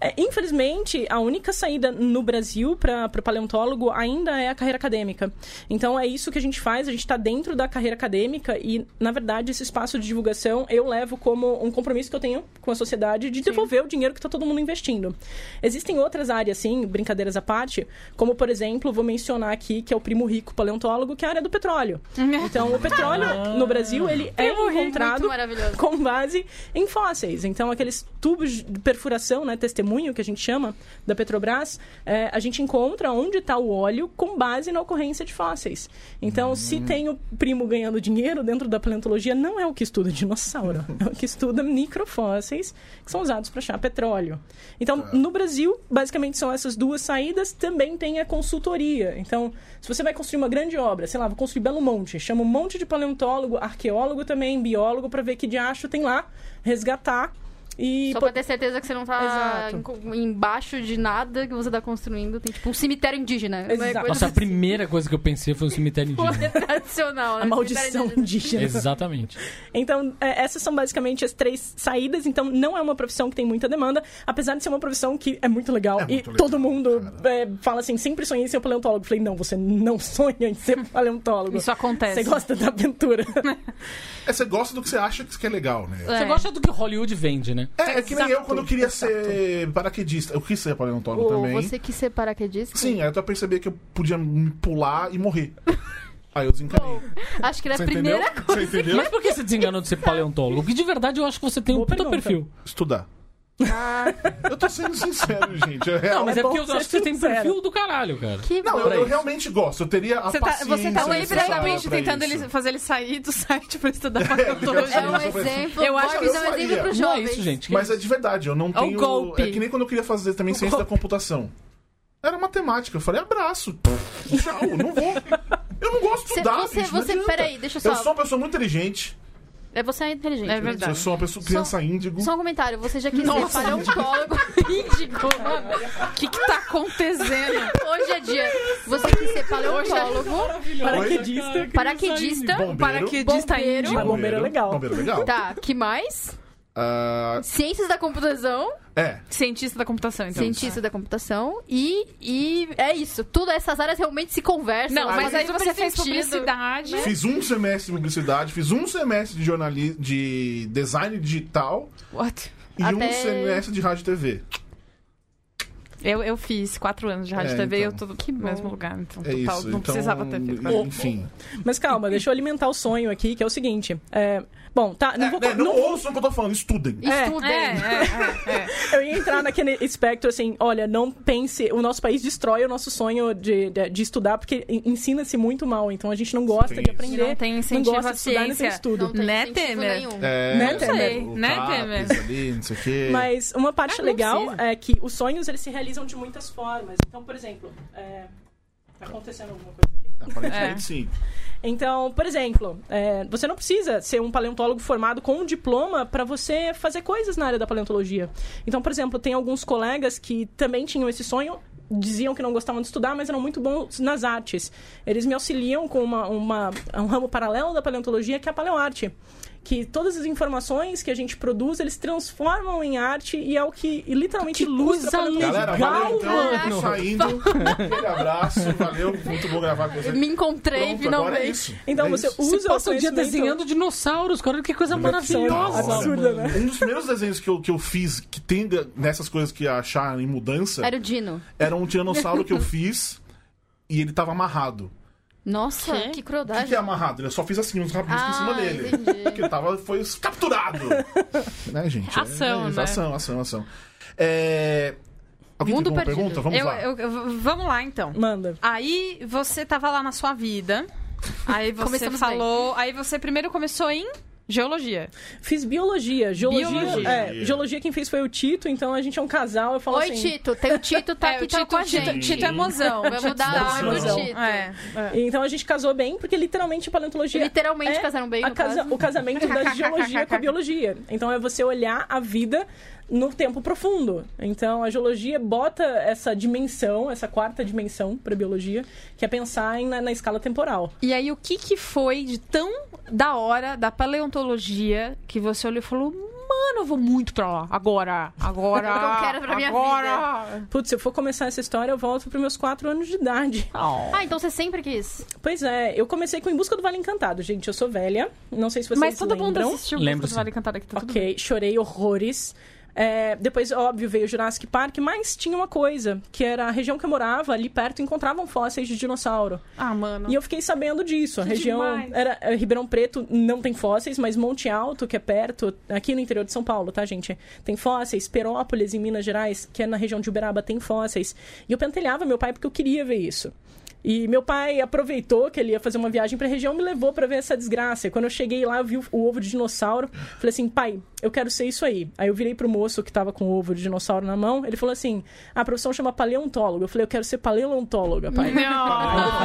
F: É, infelizmente, a única saída no Brasil para o paleontólogo ainda é a carreira acadêmica. Então, é isso que a gente faz, a gente está dentro da carreira acadêmica e, na verdade, esse espaço de divulgação eu levo como um compromisso que eu tenho com a sociedade de devolver o dinheiro que está todo mundo investindo. Existem outras áreas, sim, brincadeiras à parte, como, por exemplo, vou mencionar aqui que é o primo rico paleontólogo, que é a área do petróleo. (laughs) Então, o petróleo no Brasil, ele é
C: Primo rico,
F: encontrado
C: muito maravilhoso.
F: com base em fósseis. Então, aqueles tubos de perfuração, né, testemunho, que a gente chama, da Petrobras, eh, a gente encontra onde está o óleo com base na ocorrência de fósseis. Então, se tem o primo ganhando dinheiro dentro da paleontologia, não é o que estuda dinossauro, é o que estuda microfósseis, que são usados para achar petróleo. Então, no Brasil, basicamente são essas duas saídas. Também tem a consultoria. Então, se você vai construir uma grande obra, sei lá, vou construir Belo Monte, chama um monte de paleontólogo, arqueólogo também, biólogo, para ver que diacho tem lá, resgatar e.
C: Só
F: po-
C: pra ter certeza que você não tá
F: Exato.
C: em- embaixo de nada que você tá construindo. Tem tipo um cemitério indígena. é Uma
F: Exato.
C: coisa
B: Nossa, a primeira coisa que eu pensei foi o
C: (laughs)
B: cemitério indígena.
C: tradicional, né? (laughs)
F: A maldição
C: Cemitério
F: indígena.
B: (laughs) Exatamente.
F: Então, é, essas são basicamente as três saídas. Então, não é uma profissão que tem muita demanda, apesar de ser uma profissão que é muito legal.
A: É
F: e
A: muito legal,
F: todo mundo é, fala assim: sempre sonhei em ser paleontólogo. Eu falei: não, você não (laughs) sonha em ser paleontólogo.
E: Isso acontece.
F: Você gosta
E: (laughs)
F: da aventura.
A: É, você gosta do que você acha que é legal, né?
B: Você gosta do que Hollywood vende, né?
A: É, é que nem eu quando eu queria ser paraquedista. Eu quis ser paleontólogo
C: Ou
A: também.
C: você que ser paraquedista?
A: Sim, aí eu até percebi que eu podia me pular e morrer. Aí eu desencanei.
C: Acho que era a
A: Você
C: primeira
A: entendeu?
C: coisa.
A: Você entendeu?
B: Mas por que você desenganou de ser paleontólogo? Que de verdade eu acho que você tem um
F: Boa
B: puta
F: pergunta.
B: perfil.
A: Estudar. Eu tô sendo sincero, gente. É real.
B: Não, mas é,
F: É bom
B: porque eu acho que
F: ser
B: você tem
F: sincero.
B: perfil do caralho, cara.
C: Que É um
A: Não,
C: bom.
A: eu,
B: pra
A: eu
B: isso.
A: realmente gosto. Eu teria a
E: Você tá,
A: paciência
E: você tá
A: necessária
E: deliberadamente
A: pra
E: tentando
A: isso.
E: ele, fazer ele sair do site pra estudar
C: É um
E: paleontologia.
C: exemplo.
E: Eu acho
C: Boy,
E: que
C: isso
A: eu
C: é um exemplo
A: faria.
C: pro
B: Não é
C: jovem.
B: isso, gente. Que-
A: Mas é de verdade, eu não
E: É um
A: tenho.
E: golpe.
A: É que nem quando eu queria fazer também ciência da computação. Era matemática. Eu falei, abraço. Tchau, não vou. Eu não gosto de
C: Você,
A: estudar.
C: você,
A: bicho, não
C: você,
A: adianta.
C: peraí, deixa eu só.
A: Eu sou uma pessoa muito inteligente.
C: É, Você é inteligente.
E: É
A: Eu
E: verdade.
A: sou uma pessoa criança índigo.
C: Só um comentário, você já quis
E: Nossa,
C: ser
E: (laughs)
C: paleontólogo.
E: Índigo. O que que tá acontecendo?
C: Hoje é dia. Você quis ser paleontólogo,
F: Paraquedista.
C: paraquedista.
A: Bombeiro.
E: é Paraquedista
C: Bombeiro.
E: índigo.
F: Bombeiro é legal.
A: Bombeiro é legal.
C: um Tá, que mais?
A: Ah,
C: Ciências da computação,
A: é,
E: Cientista da computação, então.
C: cientista da computação e, e é isso. Tudo essas áreas realmente se conversam.
E: Não, mas
C: fazem
E: aí
C: é super
E: você fez
C: sentido.
E: publicidade.
A: fiz um semestre de publicidade, fiz um semestre de jornalismo, de design digital
E: What?
A: e um
C: Até-
A: semestre de rádio e É TV.
E: Eu, eu fiz quatro anos de rádio
A: É,
E: e TV
A: então.
E: eu tô no mesmo lugar, então
A: É
E: total,
A: isso.
E: não
A: então,
E: precisava ter feito.
A: Enfim.
F: Mas calma, deixa eu alimentar o sonho aqui, que é o seguinte. é, bom, tá, não vou.
A: É, não
F: não vou-
A: ouçam o que eu tô falando, estudem.
F: É,
C: Estudem.
E: É, é, é, é.
F: eu ia entrar naquele espectro assim, olha, não pense, o nosso país destrói o nosso sonho de, de, de estudar, porque en- ensina-se muito mal, então a gente não gosta
A: Tem isso.
F: de aprender.
E: Não tem incentivo
F: gosta
E: à
F: de estudar, não tem
E: ciência.
F: estudo.
C: Não tem
E: Né,
C: sentido
E: Temer?
C: nenhum.
A: É,
F: Né,
A: o-
E: Temer?
A: o
E: Né,
A: CAPES
E: Temer?
A: ali, não sei o quê.
F: Mas uma parte
E: Ah, não
F: legal
E: precisa.
F: é que os sonhos eles se realizam de muitas formas. Então, por exemplo, é... tá acontecendo alguma coisa aqui.
A: Aparentemente
E: É.
A: sim.
F: Então, por exemplo, é, você não precisa ser um paleontólogo formado com um diploma para você fazer coisas na área da paleontologia. Então, por exemplo, tem alguns colegas que também tinham esse sonho, diziam que não gostavam de estudar, mas eram muito bons nas artes. Eles me auxiliam com uma, uma- um ramo paralelo da paleontologia que é a paleoarte. Que todas as informações que a gente produz, eles transformam em arte e é o que e literalmente
B: Que
F: ilustra a
B: coisa
F: paleontologia.
A: Galera, valeu então.
C: mano.
A: tô Saindo. Aquele abraço, valeu. Muito bom gravar com você.
C: Eu Me encontrei
A: Pronto, agora é
C: finalmente.
A: isso.
F: Então
A: É
F: você
A: isso.
F: usa
B: Você passa o dia
F: conhecimento-
B: desenhando dinossauros, cara. Que coisa maravilhosa.
F: absurda,
B: mano.
F: né?
A: Um dos primeiros desenhos que eu, que eu fiz que tem nessas coisas que acharam em mudança
C: Era o Dino.
A: era um tiranossauro que eu fiz e ele tava amarrado.
C: Nossa,
E: Que?
C: que,
A: O que,
C: crueldade.
A: que é amarrado? Eu só fiz assim, uns rabiscos
C: Tá Ah,
A: em cima dele.
C: entendi.
A: Porque ele tava, foi capturado. (laughs) né, gente? É-
E: Ação,
A: é isso,
E: né?
A: Ação, ação, ação. É... Alguém
C: Mundo
A: tem alguma
C: perdido.
A: pergunta? Vamos
E: Eu-
A: lá.
E: eu- eu- vamos lá, então.
F: Manda.
E: Aí você tava lá na sua vida. Aí você
C: Começamos
E: falou. Aí você primeiro começou em Geologia.
F: Fiz biologia. Geologia,
E: Biologia.
F: É, geologia quem fez foi o Tito, então a gente é um casal. Eu falo
C: Oi,
F: assim.
C: Tito. Tem o Tito, tá
E: é,
C: aqui
E: o
C: tá
E: Tito,
C: com a
E: Tito-
C: gente. É.
E: Tito é
C: (laughs)
E: mozão. Vamos
C: Vamos
E: mudar a arma do
A: Mozão.
E: Tito.
F: Então a gente casou bem, porque literalmente a paleontologia.
C: Literalmente
F: é
C: casaram um bem,
F: a
C: no
F: casa-
C: caso.
F: O casamento da geologia com a biologia. Então é você olhar a vida no tempo profundo. Então a geologia bota essa dimensão, essa quarta dimensão para biologia, que é pensar em- na, na escala temporal.
E: E aí, o que que foi de tão da hora da paleontologia que você olhou e falou, mano, eu vou muito pra lá, agora, agora,
C: (laughs) Eu quero pra minha
E: agora.
F: Putz, se eu for começar essa história, eu volto para meus quatro anos de idade.
E: Oh.
C: Ah, então você sempre quis.
F: Pois é, eu comecei com Em Busca do Vale Encantado, gente. Eu sou velha, não sei se vocês
E: Mas todo mundo
F: lembram.
E: assistiu
B: Lembro,
E: Música do Vale Cantada, que tá tudo
F: Ok, chorei horrores. É, depois, óbvio, veio o Jurassic Park, mas tinha uma coisa, que era a região que eu morava, ali perto, encontravam fósseis de dinossauro.
E: Ah, mano.
F: E eu fiquei sabendo disso. A
E: Que
F: região
E: demais.
F: era é, Ribeirão Preto não tem fósseis, mas Monte Alto, que é perto, aqui no interior de São Paulo, tá, gente? Tem fósseis. Perópolis, em Minas Gerais, que é na região de Uberaba, tem fósseis. E eu pentelhava meu pai porque eu queria ver isso. E meu pai aproveitou que ele ia fazer uma viagem pra região me levou pra ver essa desgraça. E quando eu cheguei lá, eu vi o, o ovo de dinossauro. Falei assim, pai, eu quero ser isso aí. Aí eu virei pro moço que tava com o ovo de dinossauro na mão. Ele falou assim, a profissão chama paleontólogo. Eu falei, eu quero ser
E: (laughs)
F: paleontóloga, pai.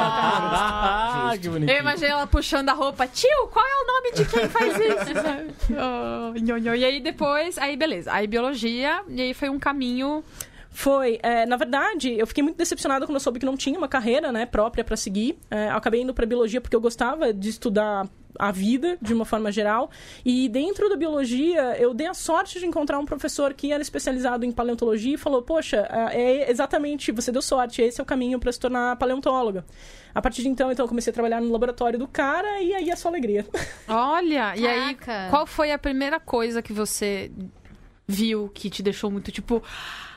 B: Ah, que bonito.
E: Eu imaginei ela puxando a roupa, tio, qual é o nome de quem faz isso? sabe? Ah, nho, nho. e aí depois, aí beleza, aí biologia, e aí foi um caminho.
F: Foi. É, na verdade, eu fiquei muito decepcionada quando eu soube que não tinha uma carreira né, própria para seguir. É, eu acabei indo para biologia porque eu gostava de estudar a vida de uma forma geral. E dentro da biologia, eu dei a sorte de encontrar um professor que era especializado em paleontologia e falou: Poxa, é é exatamente, você deu sorte, esse é o caminho para se tornar paleontóloga. A partir de então, então, eu comecei a trabalhar no laboratório do cara e aí é só alegria.
E: Olha, e aí,
C: Caraca.
E: qual foi a primeira coisa que você viu que te deixou muito tipo,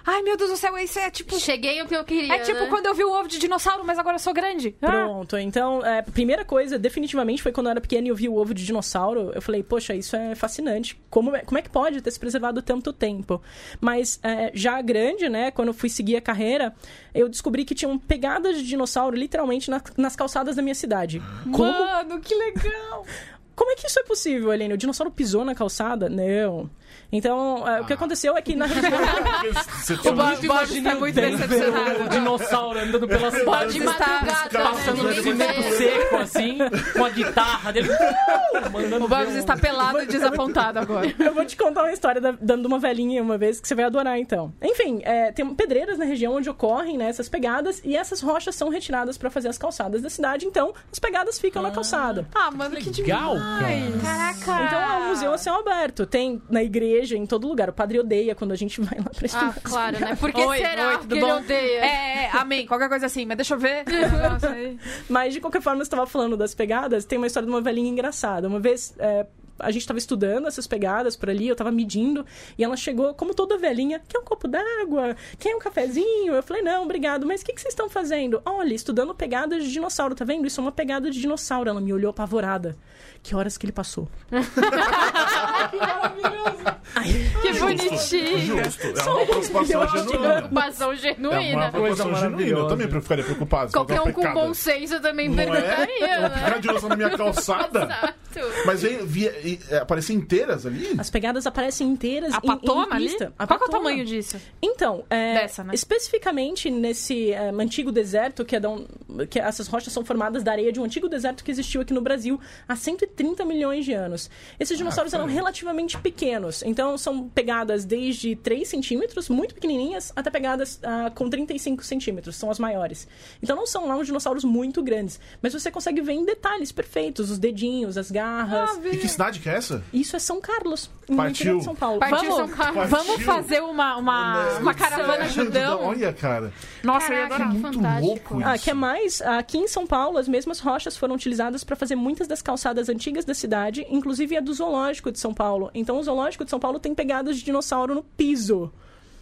E: ai meu Deus do céu, isso é tipo
C: Cheguei o que eu queria.
E: É tipo
C: né?
E: quando eu vi o ovo de dinossauro, mas agora eu sou grande. Ah,
F: Pronto, então, é, a primeira coisa, definitivamente, foi quando eu era pequena e eu vi o ovo de dinossauro. Eu falei, poxa, isso é fascinante. Como é, como é que pode ter se preservado tanto tempo? Mas é, já grande, né, quando eu fui seguir a carreira, eu descobri que tinham pegadas de dinossauro, literalmente, na- nas calçadas da minha cidade. Como,
E: Mano, que legal!
F: (laughs) como é que isso é possível, Helene? O dinossauro pisou na calçada? Não. Então, é, o que aconteceu é que na região...
A: Você tinha
E: O
A: um-
E: Bob está muito decepcionado.
B: O dinossauro andando pelas
A: Pode
B: ruas,
C: de
A: estar
C: madrugada, né?
B: passando no
C: Ninguém
B: cimento
C: vê.
B: seco, assim, com a guitarra dele. uh, mandando
E: O Babs
B: ver um-
E: está pelado e desapontado agora.
F: Eu vou te contar uma história da, da- de uma velhinha uma vez que você vai adorar, então. Enfim, é, tem pedreiras na região onde ocorrem né, essas pegadas e essas rochas são retiradas para fazer as calçadas da cidade, então as pegadas ficam na calçada.
E: Ah, mano, que
B: Legal, cara.
C: Caraca.
F: Então é um museu a céu aberto. Tem na igreja, em todo lugar. O padre odeia quando a gente (laughs) vai lá pra estudar.
C: Ah, claro, né? Por que
E: Oi,
C: será
E: oi, tudo
C: que ele
E: bom?
C: odeia?
E: É, (laughs) é, amém. Qualquer coisa assim, mas deixa eu ver. Nossa, (laughs) aí.
F: Mas, de qualquer forma, você estava falando das pegadas, tem uma história de uma velhinha engraçada. Uma vez. é, a gente estava estudando essas pegadas por ali, eu estava medindo, e ela chegou, como toda velhinha, quer um copo d'água? Quer um cafezinho? Eu falei, não, obrigado, mas o que, que vocês estão fazendo? Olha, estudando pegadas de dinossauro, tá vendo? Isso é uma pegada de dinossauro. Ela me olhou apavorada. Que horas que ele passou?
E: Que
A: Justo,
E: bonitinho.
A: justo. É uma preocupação
F: milhões
C: Preocupação genuína.
A: genuína. É uma preocupação
F: de
B: Coisa
A: genuína. Eu
B: maravilhosa.
A: também ficaria preocupado. se
C: Qualquer um
A: alguma
C: com
A: pecada-
C: bom senso eu também
A: Não é?
C: perguntaria,
A: Uma
C: né?
A: picada de osso na minha calçada?
C: Exato.
A: Mas aí via, e, é, apareciam inteiras ali?
F: As pegadas aparecem inteiras
E: A
F: em- em
E: patoma ali?
F: lista. A
E: Qual que é o
F: patoma.
E: tamanho disso?
F: Então, é,
E: Dessa, né?
F: especificamente nesse é, antigo deserto, que, é da um- que essas rochas são formadas da areia de um antigo deserto que existiu aqui no Brasil há 130 milhões de anos. Esses dinossauros eram relativamente pequenos, então são pegadas desde 3 centímetros, muito pequenininhas, até pegadas ah, com 35 centímetros, são as maiores. Então não são lá uns dinossauros muito grandes, mas você consegue ver em detalhes perfeitos, os dedinhos, as garras.
E: Ah,
A: E que cidade que é essa?
F: Isso é São Carlos, no
A: Partiu.
F: interior de São Paulo.
E: Partiu
C: Vamos.
E: São Carlos.
A: Partiu. Né?
E: Vamos fazer uma, uma, uma caravana judão.
A: Olha, cara.
E: Nossa, eu ia
C: Caraca.
E: adorar.
A: Muito
C: Fantástico.
A: louco isso.
F: Ah, que é mais, aqui em São Paulo, as mesmas rochas foram utilizadas para fazer muitas das calçadas antigas da cidade, inclusive a do zoológico de São Paulo. Então, o zoológico de São Paulo tem pegadas de dinossauro no piso.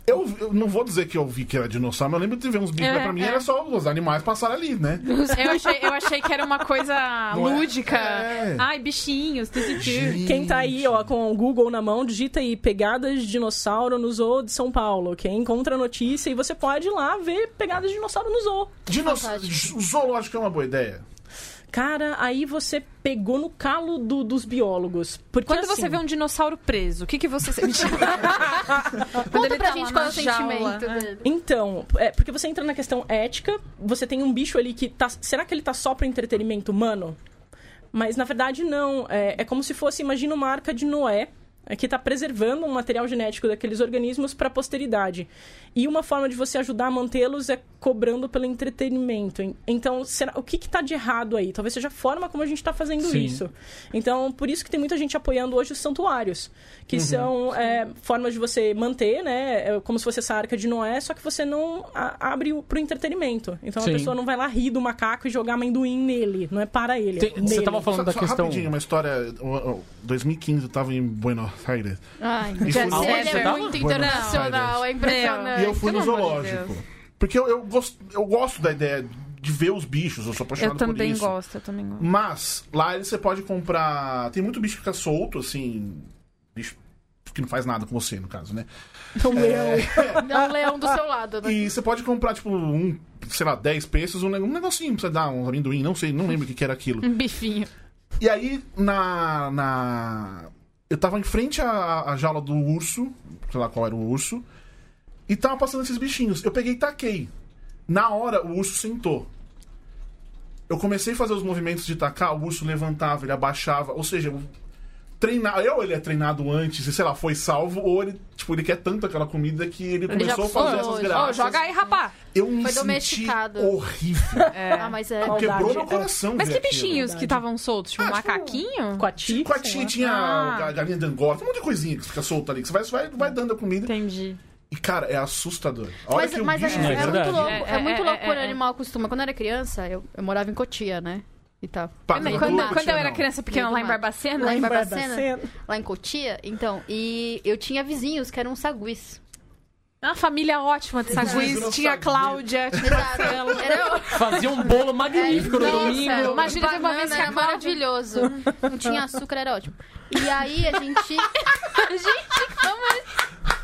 A: Eu, eu não vou dizer que eu vi que era dinossauro, mas eu lembro de ver uns bichos, mas pra mim era só os animais passarem ali, né?
E: Eu achei, eu achei que era uma coisa
A: Não é?
E: lúdica.
A: É.
E: Ai, bichinhos, tudo tudo.
F: Quem tá aí, ó, com o Google na mão, digita aí pegadas de dinossauro no zoo de São Paulo, que encontra a notícia e você pode ir lá ver pegadas de dinossauro no zoo.
A: Dinoss...
C: Fantástico.
A: O zoológico é uma boa ideia.
F: Cara, aí você pegou no calo do- dos biólogos. Porque
E: Quando
F: assim,
E: você vê um dinossauro preso, o que, que você (laughs) sente? Quando
C: Conta
E: ele
C: pra
E: tá lá
C: gente qual é
E: na
C: o
E: jaula.
C: sentimento né? dele.
F: Então, é, porque você entra na questão ética, você tem um bicho ali que tá. Será que ele tá só pro entretenimento humano? Mas na verdade não. É, é como se fosse, imagina uma arca de Noé é, que está preservando um material genético daqueles organismos para a posteridade. E uma forma de você ajudar a mantê-los é cobrando pelo entretenimento. En- Então, será- o que está de errado aí? Talvez seja a forma como a gente está fazendo
B: Sim.
F: isso. Então, por isso que tem muita gente apoiando hoje os santuários,
B: Uhum.
F: que são é, formas de você manter, né? é como se fosse essa arca de Noé, só que você não a- abre para o entretenimento. Então,
B: Sim.
F: a pessoa não vai lá rir do macaco e jogar amendoim nele. Não é para ele.
B: Tem-
F: é
B: você
F: nele.
B: tava falando da questão.
A: rapidinho, uma história. ó, ó, 2015 eu tava em Buenos Aires.
C: Ai,
A: E
C: Jess,
A: foi-
C: ele
B: Aonde
C: é
B: tá?
C: muito
A: Buenos
C: internacional, é impressionante.
A: E eu fui no
E: pelo amor de
A: zoológico. Porque eu, eu, gosto, eu gosto da ideia de ver os bichos, eu sou apaixonado
E: Eu
A: por
E: também
A: isso.
E: gosto, eu também gosto.
A: Mas lá você pode comprar. Tem muito bicho que fica solto, assim. Bicho que não faz nada com você, no caso, né?
F: Então,
C: É um leão do seu lado, né?
A: E você pode comprar, tipo, um, sei lá, 10 pesos, um, ne- um negocinho pra você dar, um amendoim, não sei, não lembro o que, que era aquilo.
C: Um bifinho.
A: E aí, na. na... Eu tava em frente à, à jaula do urso, sei lá qual era o urso, e tava passando esses bichinhos. Eu peguei e taquei. Na hora, o urso sentou. Eu comecei a fazer os movimentos de tacar, o urso levantava, ele abaixava, ou seja, eu treinar, eu ele é treinado antes, e sei lá, foi salvo, ou ele, tipo, ele quer tanto aquela comida que ele, começou a fazer
C: acostumou,
A: essas
C: ele-
A: graças.
E: Ó, joga aí, rapá.
A: Eu me
C: Foi
A: senti
C: domesticado.
A: horrível.
E: (laughs)
C: Ah, mas é.
F: Qual-
A: Quebrou
F: Saudade,
A: meu
F: é.
A: coração.
E: Mas
A: ver
E: que
A: aquilo.
E: bichinhos que estavam soltos? Tipo, um macaquinho?
F: Coati. sei
A: Coati
B: tipo,
F: lá.
A: Um tinha
E: Ah.
A: ga- galinha de Angola, tem um monte de coisinha que fica solta ali. Que você vai, vai, vai dando a comida.
E: Entendi.
A: E, cara, é assustador. A hora
C: Mas,
A: que o
C: mas é,
A: bicho
C: é
A: fez-
B: verdade.
C: muito louco, é,
E: É,
C: muito
E: é,
C: louco
E: é,
C: quando
E: é.
C: animal acostuma. Quando eu era criança, eu, eu morava em Cotia, né? E tal.
A: Pá,
E: Quando,
A: não,
E: quando
A: não,
E: eu era
A: não.
E: criança pequena lá em Barbacena,
C: Lá em
F: Lembra da
C: Barbacena?
F: cena?
C: Lá em Cotia, então. E eu tinha vizinhos que eram saguis.
E: uma família ótima de
A: Exato.
E: saguis, tinha a Cláudia,
C: (laughs)
E: tinha
C: Exato. Era-
B: Fazia um bolo magnífico no
C: Nossa,
B: domingo.
E: Imagina teve uma vez
C: banana
E: que a
C: era é
E: Cláudia-
C: maravilhoso. Não tinha açúcar, era ótimo. E aí a gente. gente, como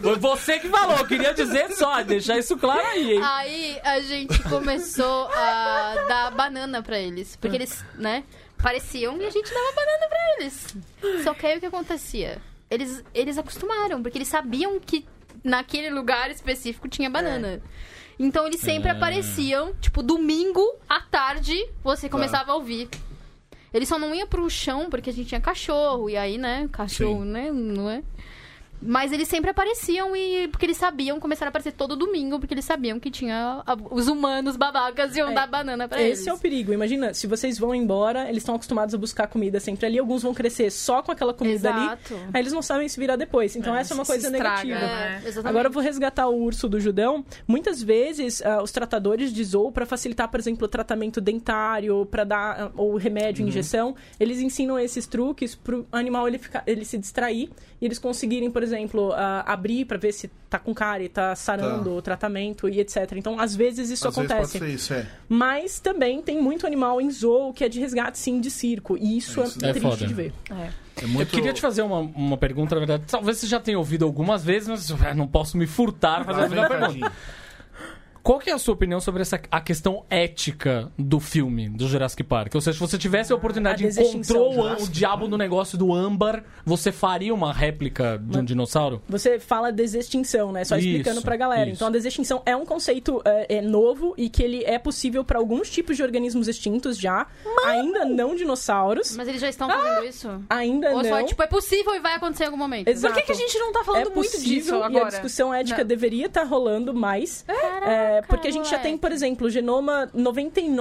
B: Foi você que falou, eu queria dizer só, deixar isso claro aí, hein?
C: Aí a gente começou a dar banana pra eles. Porque eles, né, pareciam e a gente dava banana pra eles. Só que aí o que acontecia? Eles, eles acostumaram, porque eles sabiam que naquele lugar específico tinha banana. Então eles sempre apareciam, tipo, domingo à tarde você começava a ouvir. Eles só não iam pro chão porque a gente tinha cachorro, e aí, né, cachorro, né, não é? Mas eles sempre apareciam e porque eles sabiam, começaram a aparecer todo domingo, porque eles sabiam que tinha a- os humanos babacas iam
F: É,
C: dar banana pra eles.
F: Esse é o perigo. Imagina, se vocês vão embora, eles estão acostumados a buscar comida sempre ali. Alguns vão crescer só com aquela comida
C: Exato.
F: ali. Aí eles não sabem se virar depois. Então essa é uma
E: se
F: coisa
E: estraga,
F: negativa.
E: né?
C: É, exatamente.
F: Agora eu vou resgatar o urso do Judão. Muitas vezes ah, os tratadores de zoo, para facilitar, por exemplo, o tratamento dentário, para dar ah, ou
A: Uhum.
F: remédio, injeção, eles ensinam esses truques pro animal ele, ficar, ele se distrair e eles conseguirem, por exemplo, ah, abrir para ver se tá com cárie, tá
A: Tá.
F: sarando o tratamento e etc. Então, às vezes isso
A: Às vezes
F: acontece.
A: pode ser isso, é.
F: Mas também tem muito animal em zoo que é de resgate, sim, de circo. E isso é,
A: Isso
B: é
F: triste
B: foda.
F: de ver.
A: É muito...
B: Eu queria te fazer uma, uma pergunta, na verdade. Talvez você já tenha ouvido algumas vezes, mas eu não posso me furtar a fazer
A: Lá
B: a
A: vem
B: mesma pergunta.
A: tadinho.
B: Qual que é a sua opinião sobre essa, a questão ética do filme, do Jurassic Park? Ou seja, se você tivesse a oportunidade
F: a
B: de encontrou
F: desextinção,
B: o, an- o
A: Jurassic
B: diabo no negócio do âmbar, você faria uma réplica de um dinossauro?
F: Você fala desextinção, né? Só
B: Isso,
F: explicando pra galera.
B: isso.
F: Então, a desextinção é um conceito é, é novo e que ele é possível para alguns tipos de organismos extintos já. Ainda não dinossauros.
C: Mas eles já estão fazendo isso?
F: Ainda
C: Ou só
F: Ah! não.
C: é tipo, é possível e vai acontecer em algum momento.
F: Exato.
E: Por que, que a gente não tá
F: é
E: falando muito
F: possível
E: disso
F: e a
E: agora?
F: discussão ética deveria estar rolando mais. é, porque a gente já tem, por exemplo, o genoma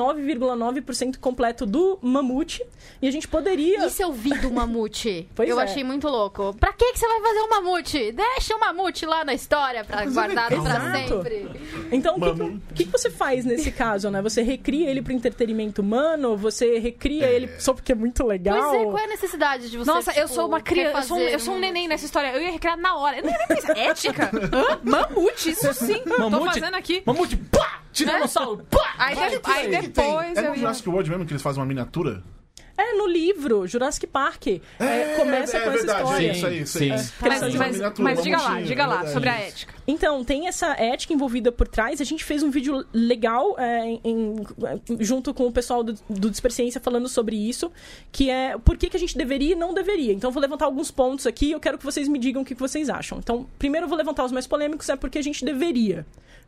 F: 99,9% completo do mamute. E a gente poderia.
C: Isso eu vi do mamute.
F: É. (laughs) Pois
C: eu
F: é.
C: achei muito louco. Pra que, que você vai fazer um mamute? Deixa o mamute lá na história pra
A: Mas é
C: guardado
A: legal.
C: pra
F: Exato.
C: sempre.
F: Então, o que que,
A: Mamute.
F: o que que você faz nesse caso, né? Você recria ele pro entretenimento humano? Você recria ele só porque é muito legal?
C: Pois é, qual é a necessidade de você?
E: Nossa, eu
C: tipo,
E: sou uma criança, eu sou, um,
C: refazer
E: eu sou um
C: um-
E: neném nessa história. Eu ia recriar na hora. Eu não ia nem pensar. Ética? Hã? Mamute, isso sim. Tô
B: Mamute?
E: fazendo aqui.
B: Mamute, pá! Tiranossauro, pá!
E: Aí, de- aí
A: Que tem?
E: depois
A: É
E: eu
A: no
E: ia...
A: Jurassic World mesmo que eles fazem uma miniatura?
F: É, no livro, Jurassic Park. é, começa
A: é
F: com essa
A: verdade,
F: história.
A: É isso aí, isso aí.
B: Sim.
A: É,
E: Mas,
A: essa
F: Mas-
E: mas-
A: miniatura,
E: mas
A: uma
E: diga lá,
A: montinha,
E: diga lá,
A: é
E: sobre a
A: verdade.
E: ética.
F: Então, tem essa ética envolvida por trás. A gente fez um vídeo legal é, em- em- junto com o pessoal do, do Desperciência falando sobre isso, que é por que, que a gente deveria e não deveria. Então, eu vou levantar alguns pontos aqui e eu quero que vocês me digam o que, que vocês acham. Então, primeiro eu vou levantar os mais polêmicos, é porque a gente deveria.